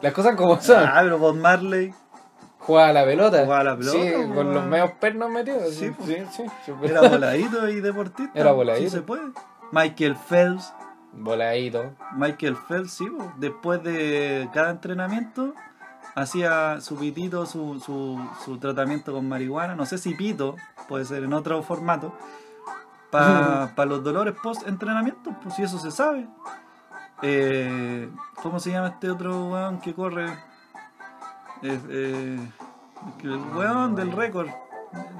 Speaker 2: Las cosas como son.
Speaker 1: Ah, pero Bob Marley
Speaker 2: Juega a la pelota.
Speaker 1: Jugaba a la pelota,
Speaker 2: Sí,
Speaker 1: pues,
Speaker 2: con los
Speaker 1: weón.
Speaker 2: medios pernos metidos.
Speaker 1: Sí,
Speaker 2: Sí,
Speaker 1: pues.
Speaker 2: sí, sí.
Speaker 1: era voladito y deportista.
Speaker 2: Era voladito.
Speaker 1: Sí se puede. Michael Phelps.
Speaker 2: Voladito.
Speaker 1: Michael Phelps, sí, po. después de cada entrenamiento hacía su pitito, su, su, su tratamiento con marihuana. No sé si pito, puede ser en otro formato. Para los dolores post-entrenamiento, pues si eso se sabe. Eh, ¿Cómo se llama este otro weón que corre? Es, eh, el weón del récord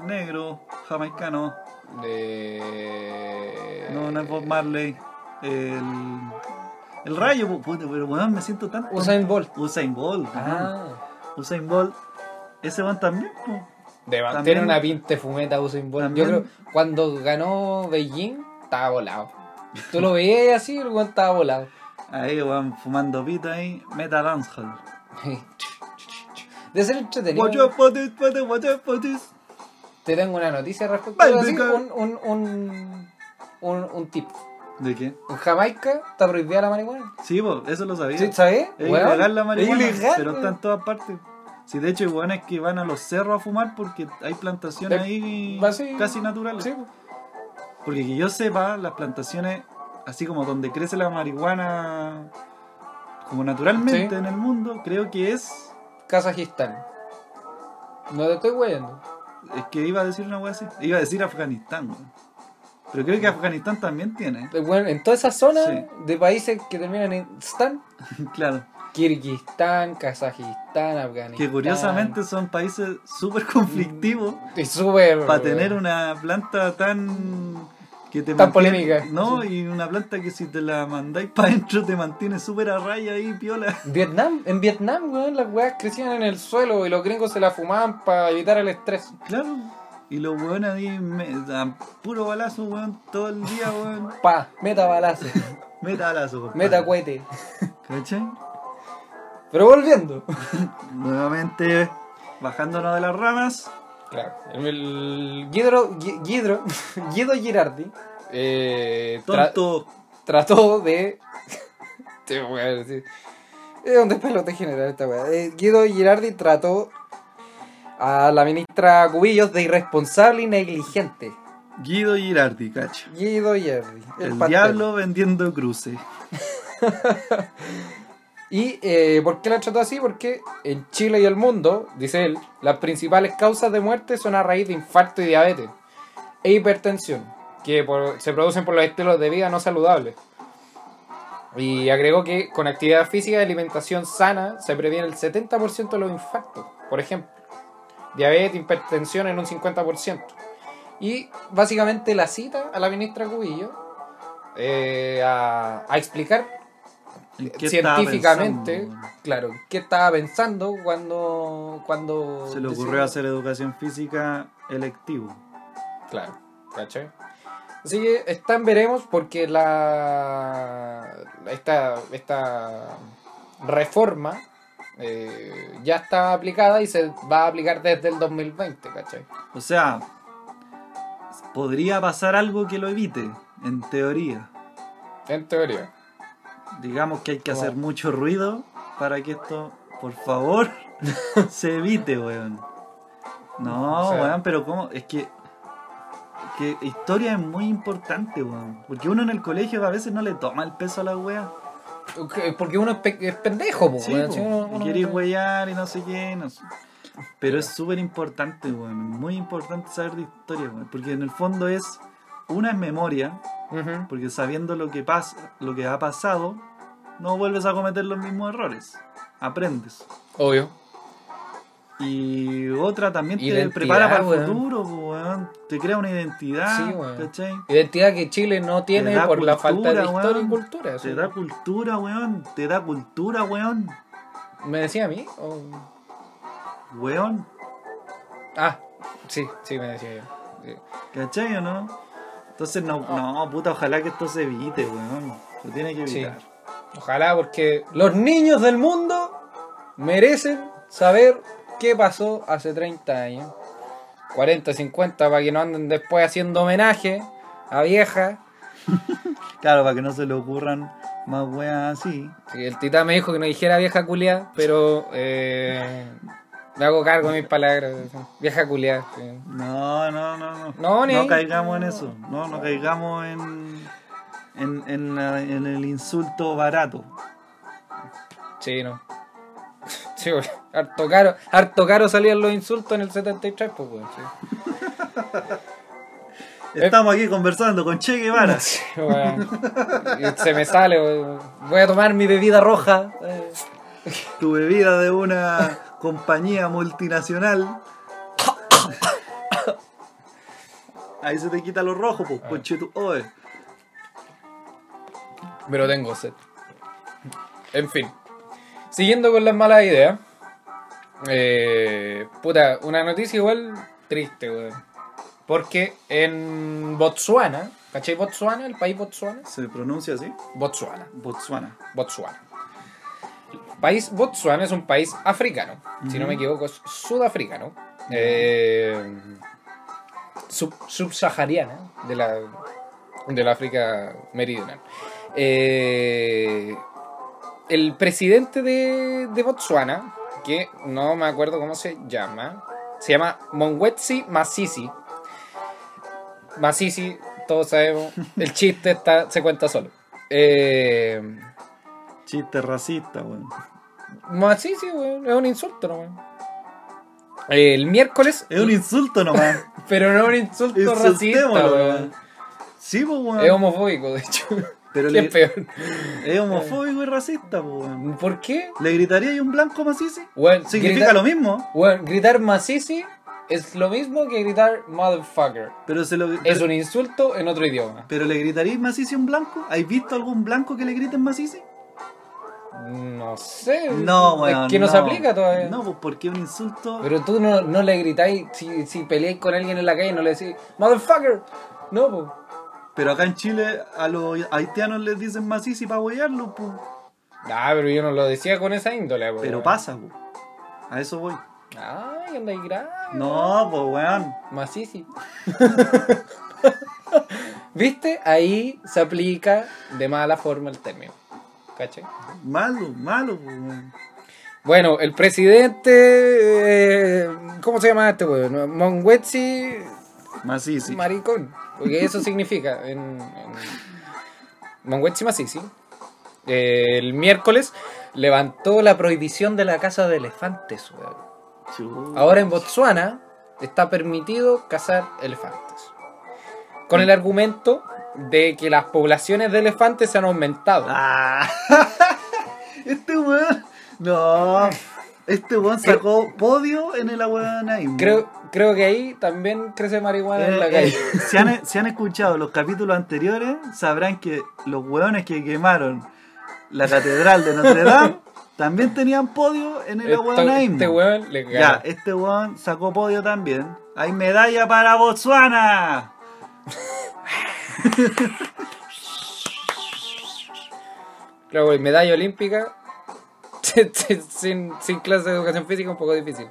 Speaker 1: negro jamaicano.
Speaker 2: De...
Speaker 1: No, no es Bob Marley. El, el rayo, pu- puta, pero weón, me siento tan.
Speaker 2: Usain Bolt.
Speaker 1: Usain Bolt. ajá.
Speaker 2: Ah.
Speaker 1: Usain Bolt. Ese weón también, po.
Speaker 2: De
Speaker 1: También-
Speaker 2: mantener una pinta fumeta Usain Bolt.
Speaker 1: También-
Speaker 2: Yo creo cuando ganó Beijing, estaba volado. Tú lo veías así, el weón estaba volado.
Speaker 1: Ahí, weón, fumando pita ahí. Meta dancehall.
Speaker 2: De ser
Speaker 1: Watch
Speaker 2: entretenido.
Speaker 1: out for this, pate, watch out for this.
Speaker 2: Te tengo una noticia respecto
Speaker 1: Bye,
Speaker 2: a así,
Speaker 1: Beca.
Speaker 2: un, un, un, un, un tip.
Speaker 1: ¿De qué?
Speaker 2: En Jamaica está prohibida la marihuana.
Speaker 1: Sí, po, eso lo sabía.
Speaker 2: ¿Sí, ¿Sabes?
Speaker 1: es
Speaker 2: Weón,
Speaker 1: ilegal la
Speaker 2: es
Speaker 1: marihuana,
Speaker 2: ilegal,
Speaker 1: pero está
Speaker 2: weón.
Speaker 1: en todas partes. Si de hecho hay weones que van a los cerros a fumar porque hay plantaciones
Speaker 2: Eh,
Speaker 1: ahí
Speaker 2: va así.
Speaker 1: casi naturales.
Speaker 2: Sí, po.
Speaker 1: Porque que yo sepa, las plantaciones, así como donde crece la marihuana, como naturalmente
Speaker 2: Sí.
Speaker 1: en el mundo, creo que es.
Speaker 2: Kazajistán. No te estoy weyendo.
Speaker 1: Es que iba a decir una wea así. Iba a decir Afganistán, weón. Pero creo que Afganistán también tiene.
Speaker 2: Bueno, Eh, en toda esa zona
Speaker 1: Sí.
Speaker 2: de países que terminan en Stan,
Speaker 1: claro.
Speaker 2: Kirguistán, Kazajistán, Afganistán. Mm.
Speaker 1: Que curiosamente son países súper conflictivos
Speaker 2: es súper
Speaker 1: para tener una planta tan. Que te
Speaker 2: Tan
Speaker 1: mantiene-
Speaker 2: polémica.
Speaker 1: No, y una planta que si te la mandáis para adentro te mantiene súper a raya ahí, piola.
Speaker 2: Vietnam, en Vietnam, weón, las weas crecían en el suelo y los gringos se la fumaban para evitar el estrés.
Speaker 1: Claro. Y los weones ahí me dan puro balazo, weón, todo el día, weón.
Speaker 2: Pa, meta balazo,
Speaker 1: Meta balazo, compadre.
Speaker 2: meta cohete.
Speaker 1: ¿Cachai?
Speaker 2: Pero volviendo.
Speaker 1: Nuevamente, bajándonos de las ramas.
Speaker 2: Claro, el Guido, Gui- Guido, Guido Girardi eh, tra-
Speaker 1: Tonto.
Speaker 2: trató de. Te voy a decir. Es un despelote general esta weá. Eh, Guido Girardi trató a la ministra Cubillos de irresponsable y negligente.
Speaker 1: Guido Girardi, cacho.
Speaker 2: Guido Girardi.
Speaker 1: El,
Speaker 2: pastel.
Speaker 1: diablo vendiendo cruces.
Speaker 2: ¿Y eh, por qué la trató así? Porque en Chile y el mundo, dice él, las principales causas de muerte son a raíz de infarto y diabetes e hipertensión, que por- se producen por los estilos de vida no saludables. Y agregó que con actividad física y alimentación sana se previene el 70% de los infartos, por ejemplo, diabetes, hipertensión en un 50%. Y básicamente la cita a la ministra Cubillo eh, a- a explicar
Speaker 1: ¿En qué estaba
Speaker 2: científicamente,
Speaker 1: pensando, weón?
Speaker 2: claro, qué estaba pensando cuando cuando
Speaker 1: Se le ocurrió
Speaker 2: decidió?
Speaker 1: hacer educación física electivo.
Speaker 2: Claro, ¿cachai? Así que están veremos porque la esta esta reforma eh, ya está aplicada y se va a aplicar desde el 2020, ¿cachai?
Speaker 1: O sea, podría pasar algo que lo evite, en teoría.
Speaker 2: En teoría.
Speaker 1: Digamos que hay que
Speaker 2: Wow.
Speaker 1: hacer mucho ruido para que esto, por favor, se evite, weón. No,
Speaker 2: O sea-
Speaker 1: weón, pero ¿cómo? Es que, que historia es muy importante, weón. Porque uno en el colegio a veces no le toma el peso a la wea.
Speaker 2: Ok, Eh, Porque uno es, pe- es pendejo, po,
Speaker 1: Sí,
Speaker 2: Pues, weón,
Speaker 1: po,
Speaker 2: si uno- uno-
Speaker 1: quieres huellar y no sé qué, no sé. Pero es súper importante, weón. Muy importante saber de historia, weón. Porque en el fondo es. Una es memoria,
Speaker 2: Ujú.
Speaker 1: porque sabiendo lo que pasa, lo que ha pasado, no vuelves a cometer los mismos errores. Aprendes.
Speaker 2: Obvio.
Speaker 1: Y otra también te
Speaker 2: Identidad,
Speaker 1: prepara para el
Speaker 2: weón.
Speaker 1: futuro, po, weón. Te crea una identidad,
Speaker 2: Sí, weón.
Speaker 1: ¿cachai?
Speaker 2: Identidad que Chile no tiene
Speaker 1: Te da
Speaker 2: por la falta de
Speaker 1: cultura,
Speaker 2: historia
Speaker 1: weón.
Speaker 2: y cultura. sí.
Speaker 1: Te da cultura, weón. Te da cultura, weón.
Speaker 2: ¿Me decía a mí? o-
Speaker 1: Weón.
Speaker 2: Ah, sí, sí, me decía yo. Sí.
Speaker 1: ¿Cachai o no? Entonces, no, no, puta, ojalá que esto se evite, weón. Lo tiene que
Speaker 2: Ah. Sí.
Speaker 1: evitar.
Speaker 2: Ojalá, porque los niños del mundo merecen saber qué pasó hace 30 años. 40, 50, para que no anden después haciendo homenaje a viejas.
Speaker 1: Claro, para que no se le ocurran más weas así.
Speaker 2: Sí, El titán me dijo que no dijera vieja culiada, pero eh, me hago cargo de mis palabras. Vieja culiada. sí.
Speaker 1: No, no, no, no.
Speaker 2: No, ni ahí.
Speaker 1: caigamos en eso. No, no caigamos en, en, en, la- en el insulto barato.
Speaker 2: Sí, no. Sí, güey. harto caro, harto caro salían los insultos en el 73, pues, güey, sí.
Speaker 1: Estamos aquí conversando con Che Guevara.
Speaker 2: Eh. Sí, weón. Y Se me sale, weón. voy a tomar mi bebida roja. eh.
Speaker 1: Tu bebida de una compañía multinacional. Ahí se te quita lo rojo,
Speaker 2: Ah.
Speaker 1: pues, coche tu. Oye.
Speaker 2: Pero tengo sed. En fin. Siguiendo con las malas ideas. Eh, puta, una noticia igual triste, weón. Porque en Botsuana, ¿cachai Botsuana? ¿El país Botsuana?
Speaker 1: ¿Se pronuncia así?
Speaker 2: Botsuana.
Speaker 1: Botsuana.
Speaker 2: Botsuana. El país Botsuana es un país africano, si no me equivoco, es sudafricano, eh, sub- subsahariana de la, de la África meridional. Eh, el presidente de, de Botsuana, que no me acuerdo cómo se llama, se llama Mongwetsi Masisi. Masisi, todos sabemos, el chiste está, se cuenta solo. Eh,
Speaker 1: Chiste racista, weón.
Speaker 2: más sí, sí, weón. Es un insulto nomás. El miércoles.
Speaker 1: Es un insulto nomás.
Speaker 2: Pero no un insulto racista,
Speaker 1: Insultémoslo,
Speaker 2: weón.
Speaker 1: weón. Sí, pues, weón.
Speaker 2: Es homofóbico, de hecho.
Speaker 1: Pero
Speaker 2: ¿Qué
Speaker 1: le-
Speaker 2: es peor?
Speaker 1: es homofóbico y racista, pues, weón.
Speaker 2: ¿Por qué?
Speaker 1: ¿Le gritaría y un blanco macizo?
Speaker 2: Weón,
Speaker 1: Significa
Speaker 2: gritar-
Speaker 1: lo mismo,
Speaker 2: weón, gritar macizi es lo mismo que gritar motherfucker.
Speaker 1: pero se lo
Speaker 2: Es un insulto en otro idioma.
Speaker 1: ¿Pero le gritaríais macizo a un blanco? ¿Has visto algún blanco que le griten macizo?
Speaker 2: No sé.
Speaker 1: No, weón.
Speaker 2: Es que no, se aplica todavía.
Speaker 1: No, pues porque un insulto.
Speaker 2: Pero tú no, no le gritáis, si, si peleáis con alguien en la calle, no le decís, motherfucker. No, po.
Speaker 1: Pero acá en Chile a los haitianos les dicen macizo para apoyarlo, pues.
Speaker 2: Ah, pero yo no lo decía con esa índole, po,
Speaker 1: Pero
Speaker 2: weón.
Speaker 1: pasa, pues. A eso voy.
Speaker 2: Ay, andáis grave.
Speaker 1: No, pues, weón.
Speaker 2: Macizi. ¿Viste? Ahí se aplica de mala forma el término. ¿Cachai?
Speaker 1: Malo, malo, pues, weón.
Speaker 2: Bueno, el presidente. eh, ¿Cómo se llama este weón? Mongwetsi
Speaker 1: Macizo.
Speaker 2: Maricón. Porque eso significa. En, en... Mongwetsi Masisi. eh, el miércoles levantó la prohibición de la caza de elefantes, weón.
Speaker 1: Chu-
Speaker 2: Ahora en Botsuana está permitido cazar elefantes. Con el argumento de que las poblaciones de elefantes se han aumentado.
Speaker 1: Ah. este weón. No. Este weón sacó podio en el weón
Speaker 2: Creo, creo que ahí también crece marihuana en la
Speaker 1: Eh, eh,
Speaker 2: calle.
Speaker 1: si, han, si han escuchado los capítulos anteriores, sabrán que los hueones que quemaron la catedral de Notre Dame también tenían podio en el
Speaker 2: Esto-
Speaker 1: Aguanaim.
Speaker 2: este weón le
Speaker 1: ya,
Speaker 2: gana.
Speaker 1: este hueón sacó podio también. ¡Hay medalla para Botswana!
Speaker 2: Claro, güey, medalla olímpica. sin, sin clase de educación física un poco difícil.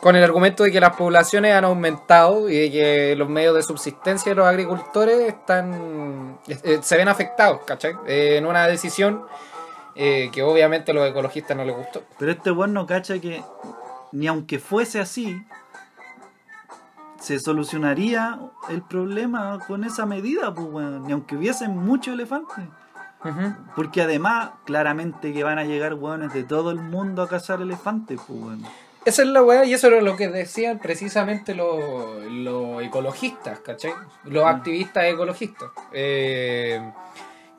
Speaker 2: Con el argumento de que las poblaciones han aumentado y de que los medios de subsistencia de los agricultores están eh, se ven afectados, ¿cachai? Eh, en una decisión eh, que obviamente a los ecologistas no les gustó.
Speaker 1: Pero este hueón no cacha que ni aunque fuese así, se solucionaría el problema con esa medida, pues, hueón, ni aunque hubiesen muchos elefantes. Porque además, claramente que van a llegar hueones de todo el mundo a cazar elefantes, pues weón.
Speaker 2: Esa es la weá, y eso era lo que decían precisamente los, los ecologistas, ¿cachai? Los
Speaker 1: Mm.
Speaker 2: activistas ecologistas. Eh,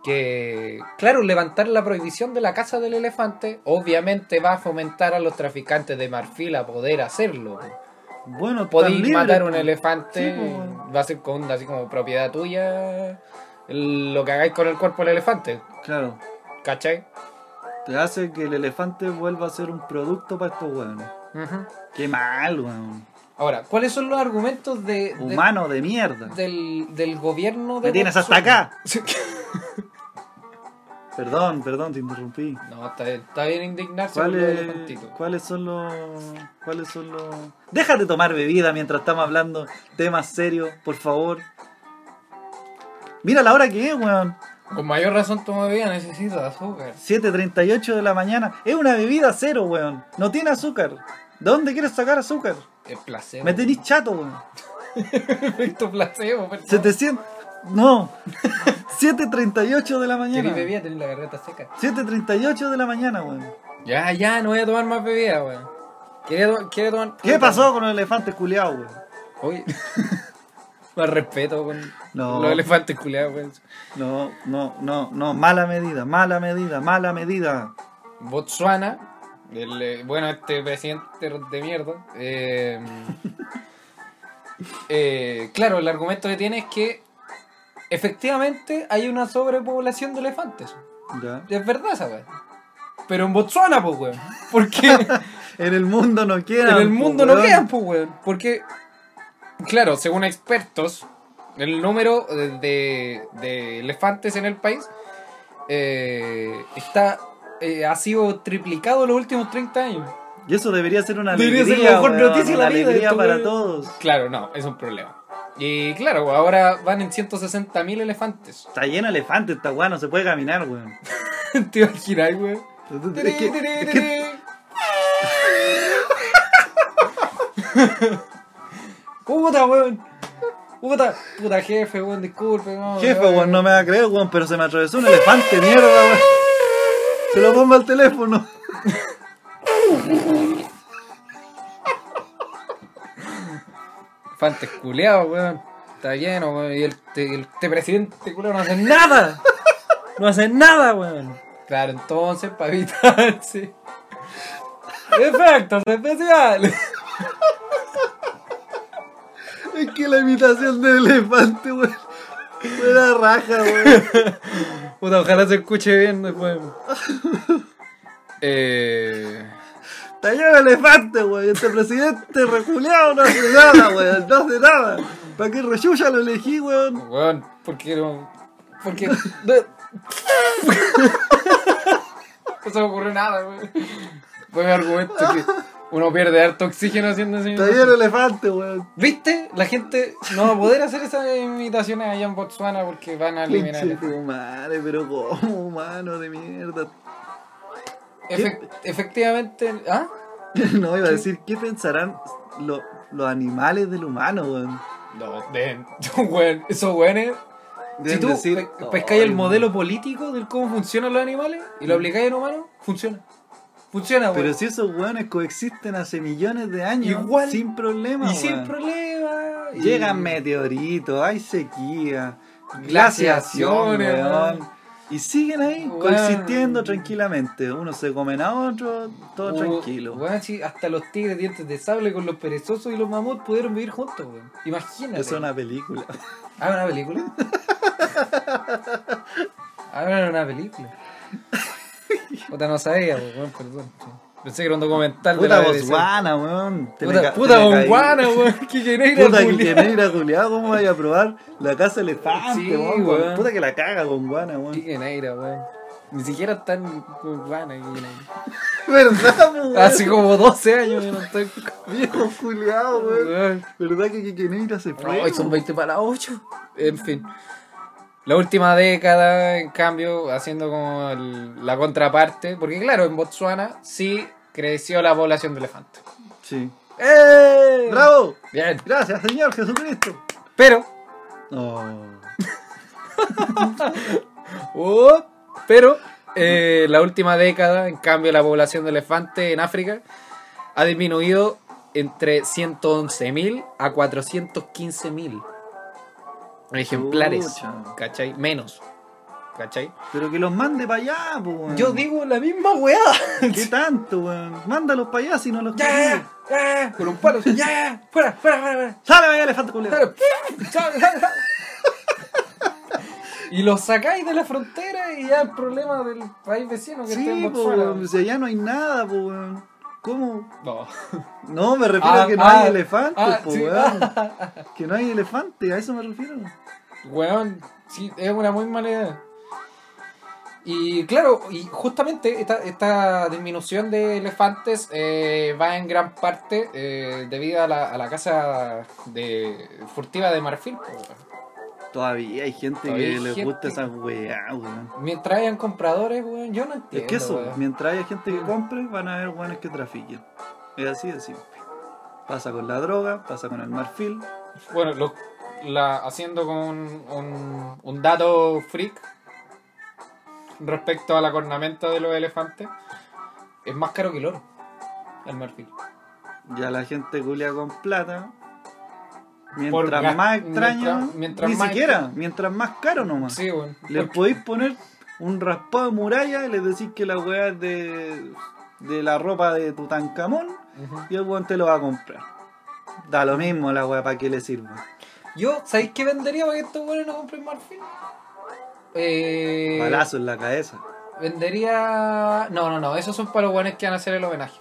Speaker 2: que, claro, levantar la prohibición de la caza del elefante obviamente va a fomentar a los traficantes de marfil a poder hacerlo.
Speaker 1: Bueno,
Speaker 2: Podéis
Speaker 1: tan
Speaker 2: matar
Speaker 1: libre,
Speaker 2: un elefante,
Speaker 1: Sí, po.
Speaker 2: va a ser con, así como propiedad tuya lo que hagáis con el cuerpo del elefante,
Speaker 1: Claro,
Speaker 2: ¿cachai?
Speaker 1: te hace que el elefante vuelva a ser un producto para estos hueones.
Speaker 2: Ujú.
Speaker 1: Qué mal, weón.
Speaker 2: Ahora, ¿cuáles son los argumentos de, de-
Speaker 1: Humano de mierda.
Speaker 2: del, del gobierno de
Speaker 1: Me tienes hasta
Speaker 2: Botsuana?
Speaker 1: acá. Perdón, perdón, te interrumpí.
Speaker 2: No, está, está bien indignarse por pues, lo del
Speaker 1: ¿Cuáles,
Speaker 2: elefantito.
Speaker 1: ¿Cuáles son los.? ¿Cuáles son los.? Déjate tomar bebida mientras estamos hablando temas serios, por favor. Mira la hora que es, weón.
Speaker 2: Con mayor razón tu bebida necesita azúcar.
Speaker 1: 7.38 de la mañana. Es una bebida cero, weón. No tiene azúcar. ¿De dónde quieres sacar azúcar?
Speaker 2: El placebo.
Speaker 1: Me tenís chato, weón.
Speaker 2: Efecto placebo, perdón.
Speaker 1: 700... No. 7.38 de la mañana.
Speaker 2: Querí bebida, tenés la garganta seca.
Speaker 1: 7.38 de la mañana, weón.
Speaker 2: Ya, ya, no voy a tomar más bebida, weón. Quería to- Quiero tomar...
Speaker 1: ¿Qué pasó con el elefante culiao, weón?
Speaker 2: Oye. más respeto, weón.
Speaker 1: No.
Speaker 2: Los elefantes culiados, weón.
Speaker 1: No, no, no, no. Mala medida, mala medida, mala medida.
Speaker 2: Botsuana, el, eh, bueno, este presidente de mierda, eh, eh, claro, el argumento que tiene es que efectivamente hay una sobrepoblación de elefantes.
Speaker 1: Ya.
Speaker 2: Es verdad esa weá. Pero en Botsuana, pues, weón. Porque en
Speaker 1: En el mundo no quedan.
Speaker 2: el
Speaker 1: po,
Speaker 2: mundo no
Speaker 1: weón.
Speaker 2: quedan, pues, weón. Porque, claro, según expertos, el número de, de- de elefantes en el país eh, está eh, ha sido triplicado en los últimos 30 años.
Speaker 1: Y eso debería ser una
Speaker 2: Debería
Speaker 1: alegría.
Speaker 2: ser la mejor
Speaker 1: weón,
Speaker 2: noticia de
Speaker 1: una
Speaker 2: la vida,
Speaker 1: alegría
Speaker 2: esto,
Speaker 1: para
Speaker 2: weón.
Speaker 1: todos.
Speaker 2: Claro, no, es un problema. Y claro, ahora van en 160.000 elefantes.
Speaker 1: Está lleno de elefantes esta weá, no se puede caminar, weón.
Speaker 2: ¿Te imaginas, güey?
Speaker 1: Es que- es que
Speaker 2: Puta, weón. Puta, puta jefe, weón, disculpe, no,
Speaker 1: Jefe,
Speaker 2: weón.
Speaker 1: weón, no me va a creer, weón, pero se me atravesó un elefante, mierda, weón. Se lo pongo al teléfono.
Speaker 2: Elefantes culeados, weón. Está está lleno, y el, te- el- este presidente culo no hace nada.
Speaker 3: No hacen nada, weón.
Speaker 2: Claro, entonces, pavita, sí. Efectos especiales.
Speaker 1: Es que la imitación del elefante, weón. Fue la raja, weón.
Speaker 3: Puta, ojalá se escuche bien después. weón.
Speaker 2: Eh,
Speaker 1: Talló el elefante, weón. Este presidente reculeado no hace nada, weón. No hace nada. ¿Para qué reyuya lo elegí, weón?
Speaker 2: weón, ¿por qué no? ¿Por qué? No se me ocurrió nada, weón. Fue mi argumento que uno pierde harto oxígeno haciendo así.
Speaker 1: Talló el elefante, weón.
Speaker 2: ¿Viste? La gente no va a poder hacer esas imitaciones allá en Botswana porque van a eliminar.
Speaker 1: Pinche tu madre, pero cómo, humano de mierda.
Speaker 2: Efec- efectivamente. ¿Ah?
Speaker 1: No, iba a decir, ¿qué pensarán lo- los animales del humano, weón?
Speaker 2: No, de, weón, esos weones. Si
Speaker 1: Deben
Speaker 2: tú
Speaker 1: decir,
Speaker 2: pe- pescáis el
Speaker 1: "Ay,
Speaker 2: modelo político de cómo funcionan los animales y lo aplicáis en humanos, funciona. Funciona,
Speaker 1: Mm. Pero
Speaker 2: weón.
Speaker 1: si esos weones coexisten hace millones de años,
Speaker 2: Igual.
Speaker 1: sin problema,
Speaker 2: Y sin
Speaker 1: weón.
Speaker 2: problema. y-
Speaker 1: Llegan meteoritos, hay sequía, glaciación,
Speaker 2: Glaciaciones,
Speaker 1: weón.
Speaker 2: weón.
Speaker 1: Y siguen ahí,
Speaker 2: Weón.
Speaker 1: coexistiendo tranquilamente. Uno se comen a otro, todo
Speaker 2: Weón,
Speaker 1: tranquilo.
Speaker 2: Weón, sí, hasta los tigres dientes de sable con los perezosos y los mamuts pudieron vivir juntos, weón. Imagínate.
Speaker 1: Es una película.
Speaker 2: Ah, una película. ah, era una película. Puta, no sabía, pues, weón, perdón. sí. Pensé que era un documental
Speaker 1: Puta
Speaker 2: de la BBC.
Speaker 1: Botswana, weón. Te me
Speaker 2: Puta,
Speaker 1: ca-
Speaker 2: puta
Speaker 1: te me caí.
Speaker 2: Botswana, weón. Quique Neira,
Speaker 1: Puta que
Speaker 2: Julián.
Speaker 1: que mira, culiado, ¿cómo vaya a probar la casa elefante,
Speaker 2: Sí,
Speaker 1: weón?
Speaker 2: weón.
Speaker 1: Puta que la caga con guana, weón.
Speaker 2: Quique Neira, weón. Ni siquiera tan urbana Quique Neira.
Speaker 1: ¿Verdad, weón?
Speaker 2: Hace como 12 años que no estoy.
Speaker 1: Viejo culiado, weón.
Speaker 2: weón.
Speaker 1: ¿Verdad que Kikenita se fue?
Speaker 2: Ay, son
Speaker 1: weón?
Speaker 2: 20 para 8. En fin. La última década, en cambio, haciendo como el- la contraparte, porque claro, en Botswana sí creció la población de elefantes.
Speaker 1: Sí.
Speaker 2: ¡Eh!
Speaker 1: ¡Bravo!
Speaker 2: Bien.
Speaker 1: Gracias, Señor Jesucristo.
Speaker 2: Pero,
Speaker 1: No.
Speaker 2: oh, pero, eh, la última década, en cambio, la población de elefantes en África ha disminuido entre 111.000 a 415.000 ejemplares.
Speaker 1: Pucha.
Speaker 2: ¿Cachai? Menos. ¿Cachai?
Speaker 1: Pero que los mande para allá, po, weón.
Speaker 2: Yo digo la misma weá.
Speaker 1: ¿Qué tanto, weón? Mándalos para allá si no los
Speaker 2: Ya,
Speaker 1: querés.
Speaker 2: ya, con un palo. Ya, ya, fuera, fuera, fuera,
Speaker 1: ¡Sale para allá, elefante culiado!
Speaker 2: fuera. Sale, sale, sale, sale. Y los sacáis de la frontera y ya el problema del país vecino que está en
Speaker 1: Sí, po,
Speaker 2: Botswana.
Speaker 1: weón. Si allá no hay nada, po, weón. ¿Cómo?
Speaker 2: No.
Speaker 1: No, me refiero
Speaker 2: Ah,
Speaker 1: a que no
Speaker 2: ah,
Speaker 1: hay elefantes,
Speaker 2: ah,
Speaker 1: po,
Speaker 2: sí.
Speaker 1: weón. Que no hay elefante, a eso me refiero.
Speaker 2: Weón, sí, es una muy mala idea. Y claro, y justamente esta, esta disminución de elefantes eh, va en gran parte eh, debido a la, a la casa de furtiva de marfil. po, weón.
Speaker 1: Todavía hay gente
Speaker 2: Todavía
Speaker 1: que
Speaker 2: hay
Speaker 1: les
Speaker 2: gente-
Speaker 1: gusta esas weá, weón.
Speaker 2: Mientras hayan compradores, weón, yo no entiendo.
Speaker 1: Es que eso,
Speaker 2: weón.
Speaker 1: mientras haya gente que compre, van a haber guanes que trafiquen. Es así de simple. Pasa con la droga, pasa con el marfil.
Speaker 2: Bueno, lo- la, haciendo con un, un- un dato freak respecto a la cornamenta de los elefantes, es más caro que el oro, el marfil.
Speaker 1: Ah. Ya la gente culia con plata.
Speaker 2: Por
Speaker 1: Mientras
Speaker 2: gas-
Speaker 1: más extraño,
Speaker 2: mientras- mientras
Speaker 1: ni
Speaker 2: más
Speaker 1: siquiera,
Speaker 2: extra-
Speaker 1: mientras más caro nomás.
Speaker 2: Sí, weón.
Speaker 1: Les
Speaker 2: Porque-
Speaker 1: podéis poner un raspado de muralla y les decís que la weá es de, de la ropa de Tutankamón
Speaker 2: Ujú.
Speaker 1: y el weón te lo va a comprar. Da lo mismo la weá para que le sirva.
Speaker 2: Yo, ¿sabéis qué vendería para que estos weones no compren marfil? Eh,
Speaker 1: Balazo en la cabeza.
Speaker 2: Vendería. No, no, no, esos son para los buenos que van a hacer el homenaje.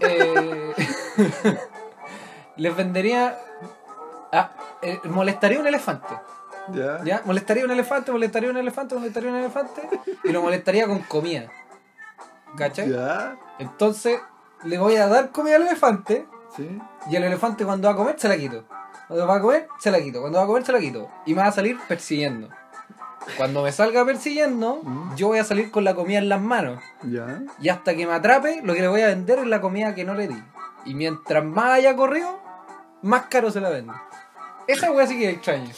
Speaker 2: Eh, Les vendería. Ah, eh, molestaría un elefante.
Speaker 1: Ya.
Speaker 2: ¿Ya? Molestaría un elefante, molestaría un elefante, molestaría un elefante. Y lo molestaría con comida. ¿Cachai?
Speaker 1: Ya.
Speaker 2: Entonces, le voy a dar comida al elefante.
Speaker 1: Sí.
Speaker 2: Y el elefante cuando va a comer se la quito. Cuando va a comer, se la quito. Cuando va a comer, se la quito. Y me va a salir persiguiendo. Cuando me salga persiguiendo,
Speaker 1: Mm.
Speaker 2: yo voy a salir con la comida en las manos.
Speaker 1: Ya.
Speaker 2: Y hasta que me atrape, lo que le voy a vender es la comida que no le di. Y mientras más haya corrido, más caro se la vendo. Esa wea sí que es extraña.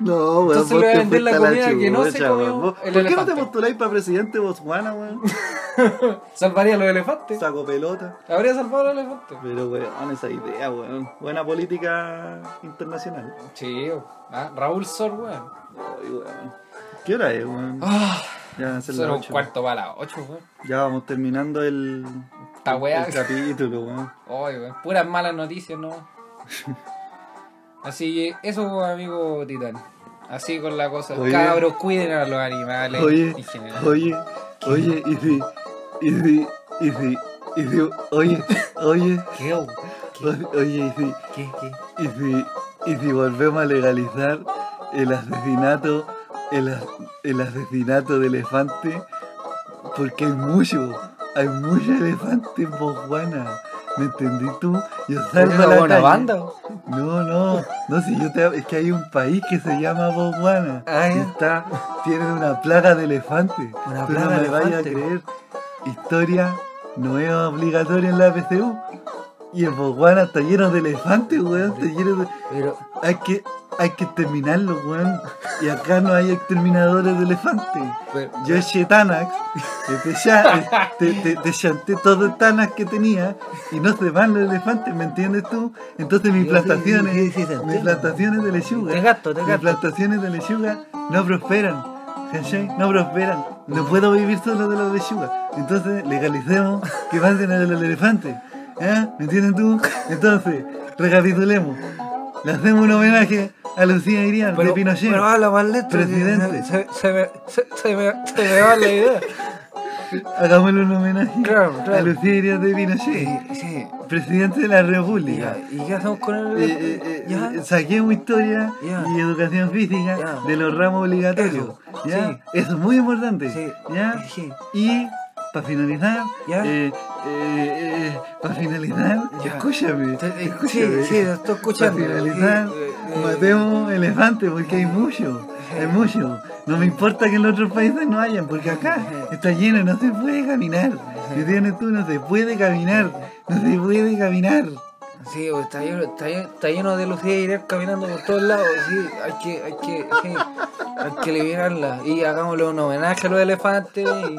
Speaker 1: No, weón.
Speaker 2: Entonces
Speaker 1: vos
Speaker 2: le voy a
Speaker 1: te
Speaker 2: vender la
Speaker 1: fuiste a
Speaker 2: comida que no se
Speaker 1: chucha,
Speaker 2: comió
Speaker 1: weón. Vos-
Speaker 2: el
Speaker 1: ¿Por qué no te
Speaker 2: elefante?
Speaker 1: postuláis para presidente de Botswana, weón?
Speaker 2: Salvaría a los elefantes.
Speaker 1: Saco pelota.
Speaker 2: Habría salvado a los elefantes.
Speaker 1: Pero weón, esa idea, weón. Buena política internacional.
Speaker 2: Sí, ah, Raúl Sor, weón.
Speaker 1: Ay, weón. ¿Qué hora es, weón?
Speaker 2: Ah,
Speaker 1: Ya van a ser las
Speaker 2: son un
Speaker 1: ocho.
Speaker 2: cuarto para las ocho, weón.
Speaker 1: Ya vamos terminando el,
Speaker 2: Esta weá.
Speaker 1: el capítulo, weón.
Speaker 2: Ay, weón, Puras malas noticias, ¿no? Así que eso, amigo Titán. Así con la cosa.
Speaker 1: Oye.
Speaker 2: Cabros, cuiden a los animales.
Speaker 1: Oye,
Speaker 2: en general.
Speaker 1: oye, oye, y si, y si, y si, y si, oye, oye,
Speaker 2: ¿Qué? weón?
Speaker 1: o- oye, y si,
Speaker 2: ¿Qué? ¿Qué?
Speaker 1: y si, y si volvemos a legalizar el asesinato, el, as- el asesinato de elefante, porque hay mucho, hay mucho elefante en Botswana. ¿Me entendí tú? Yo salgo a la
Speaker 2: buena
Speaker 1: calle.
Speaker 2: banda? weón.
Speaker 1: No, no, no, si yo te. Es que hay un país que se llama Botswana.
Speaker 2: Ah,
Speaker 1: y
Speaker 2: ya.
Speaker 1: está. Tienen una plaga de elefantes.
Speaker 2: Una
Speaker 1: Tú
Speaker 2: plaga
Speaker 1: no
Speaker 2: de
Speaker 1: me vayas a
Speaker 2: elefantes.
Speaker 1: creer. Historia no es obligatoria en la PCU. Y en Botswana está lleno de elefantes, weón. Está lleno de.
Speaker 2: Pero,
Speaker 1: Hay que. Hay que exterminarlo, weón. Y acá no hay exterminadores de elefantes.
Speaker 2: pero,
Speaker 1: Yo eché Tanax, te, ya- te, te- te chanté todo el Tanax que tenía y no se van los elefantes, ¿me entiendes tú? Entonces mis
Speaker 3: Yo
Speaker 1: plantaciones,
Speaker 3: sí, sí, sí, te
Speaker 1: mis
Speaker 3: entiendo.
Speaker 1: plantaciones de lechuga,
Speaker 3: Te gasto, te
Speaker 1: mis
Speaker 3: gasto.
Speaker 1: plantaciones de lechuga no prosperan, ¿cachai? No prosperan, no puedo vivir solo de los lechuga, entonces legalicemos que manden a los elefantes, ¿eh? ¿me entiendes tú? Entonces, recapitulemos, le hacemos un homenaje a Lucía Iriar de Pinochet.
Speaker 3: pero habla más lento.
Speaker 1: Presidente.
Speaker 3: Se, se me, se, se me, se me va la idea.
Speaker 1: Hagámosle un homenaje
Speaker 3: Claro, claro.
Speaker 1: a Lucía Iriar de Pinochet,
Speaker 3: Sí, sí.
Speaker 1: presidente de la
Speaker 3: ¿Y,
Speaker 1: República.
Speaker 3: y qué hacemos con el.?
Speaker 1: Eh, eh, eh,
Speaker 3: ya.
Speaker 1: eh, saquemos historia
Speaker 3: Ya.
Speaker 1: y educación física
Speaker 3: Ya.
Speaker 1: de los ramos obligatorios.
Speaker 3: Eso,
Speaker 1: ¿ya?
Speaker 3: sí.
Speaker 1: Eso es muy importante.
Speaker 3: Sí,
Speaker 1: ¿ya?
Speaker 3: sí.
Speaker 1: Y para finalizar, eh,
Speaker 3: Ya.
Speaker 1: para finalizar,
Speaker 3: Ya.
Speaker 1: escúchame,
Speaker 3: Te- eh, sí,
Speaker 1: escúchame.
Speaker 3: sí, lo estoy escuchando.
Speaker 1: Para finalizar,
Speaker 3: Sí, eh, eh,
Speaker 1: matemos elefantes porque hay mucho, hay mucho. No me importa que en los otros países no hayan, porque acá está lleno, y no se puede caminar. Si tienes tú, no se puede caminar, no se puede caminar.
Speaker 3: Sí, o está lleno, está lleno, está lleno de Lucía Irán caminando por todos lados. Sí, hay que, hay que, sí, hay que liberarla. Y hagámosle un homenaje a los elefantes. Y,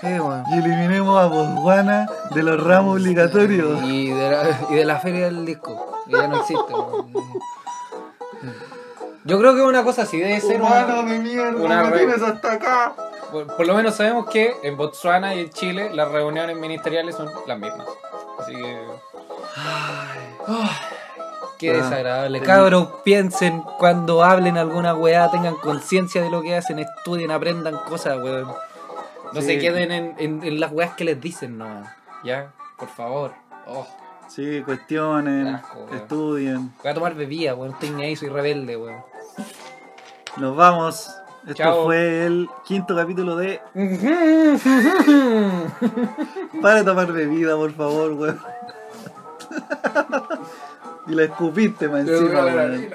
Speaker 3: sí, bueno.
Speaker 1: Y eliminemos a Botswana de los ramos obligatorios.
Speaker 3: Y de, la, y de la feria del disco. que ya no existe. weón.
Speaker 2: yo creo que una cosa así debe ser. una-
Speaker 1: de mierda,
Speaker 2: una me re- tienes
Speaker 1: hasta acá.
Speaker 2: por, por lo menos sabemos que en Botswana y en Chile las reuniones ministeriales son las mismas. Así que. Ah, qué
Speaker 1: Ya.
Speaker 2: desagradable.
Speaker 3: Cabros, piensen cuando hablen alguna weá, tengan conciencia de lo que hacen, estudien, aprendan cosas, weón. No
Speaker 1: Sí.
Speaker 3: se queden en, en- en las weas que les dicen, no.
Speaker 2: Ya, por favor. Oh,
Speaker 1: Sí, cuestionen,
Speaker 2: Asco, weón.
Speaker 1: estudien.
Speaker 3: Voy a tomar bebida, weón. Estoy ni ahí, soy rebelde, weón.
Speaker 1: Nos vamos. Esto
Speaker 2: Chao.
Speaker 1: fue el quinto capítulo de Para de tomar bebida, por favor, weón. y la escupiste más encima, weón.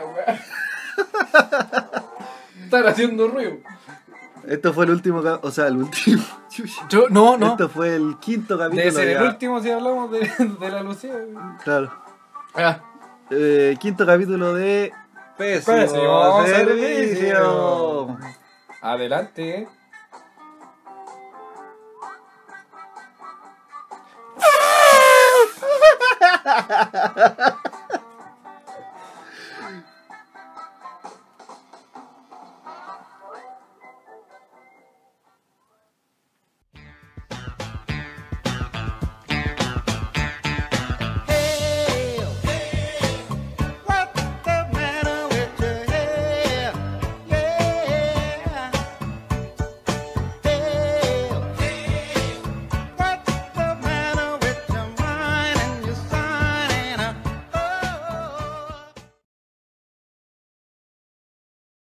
Speaker 2: Están haciendo ruido.
Speaker 1: Esto fue el último, cap- o sea, el último. Chucha.
Speaker 3: Yo, no, no.
Speaker 1: Esto fue el quinto capítulo.
Speaker 2: Debe ser el
Speaker 1: ya.
Speaker 2: último si hablamos de, de la Lucía.
Speaker 1: Claro.
Speaker 2: Ah.
Speaker 1: Eh, quinto capítulo de Pésimo,
Speaker 2: Pésimo
Speaker 1: servicio.
Speaker 2: servicio. Adelante. eh.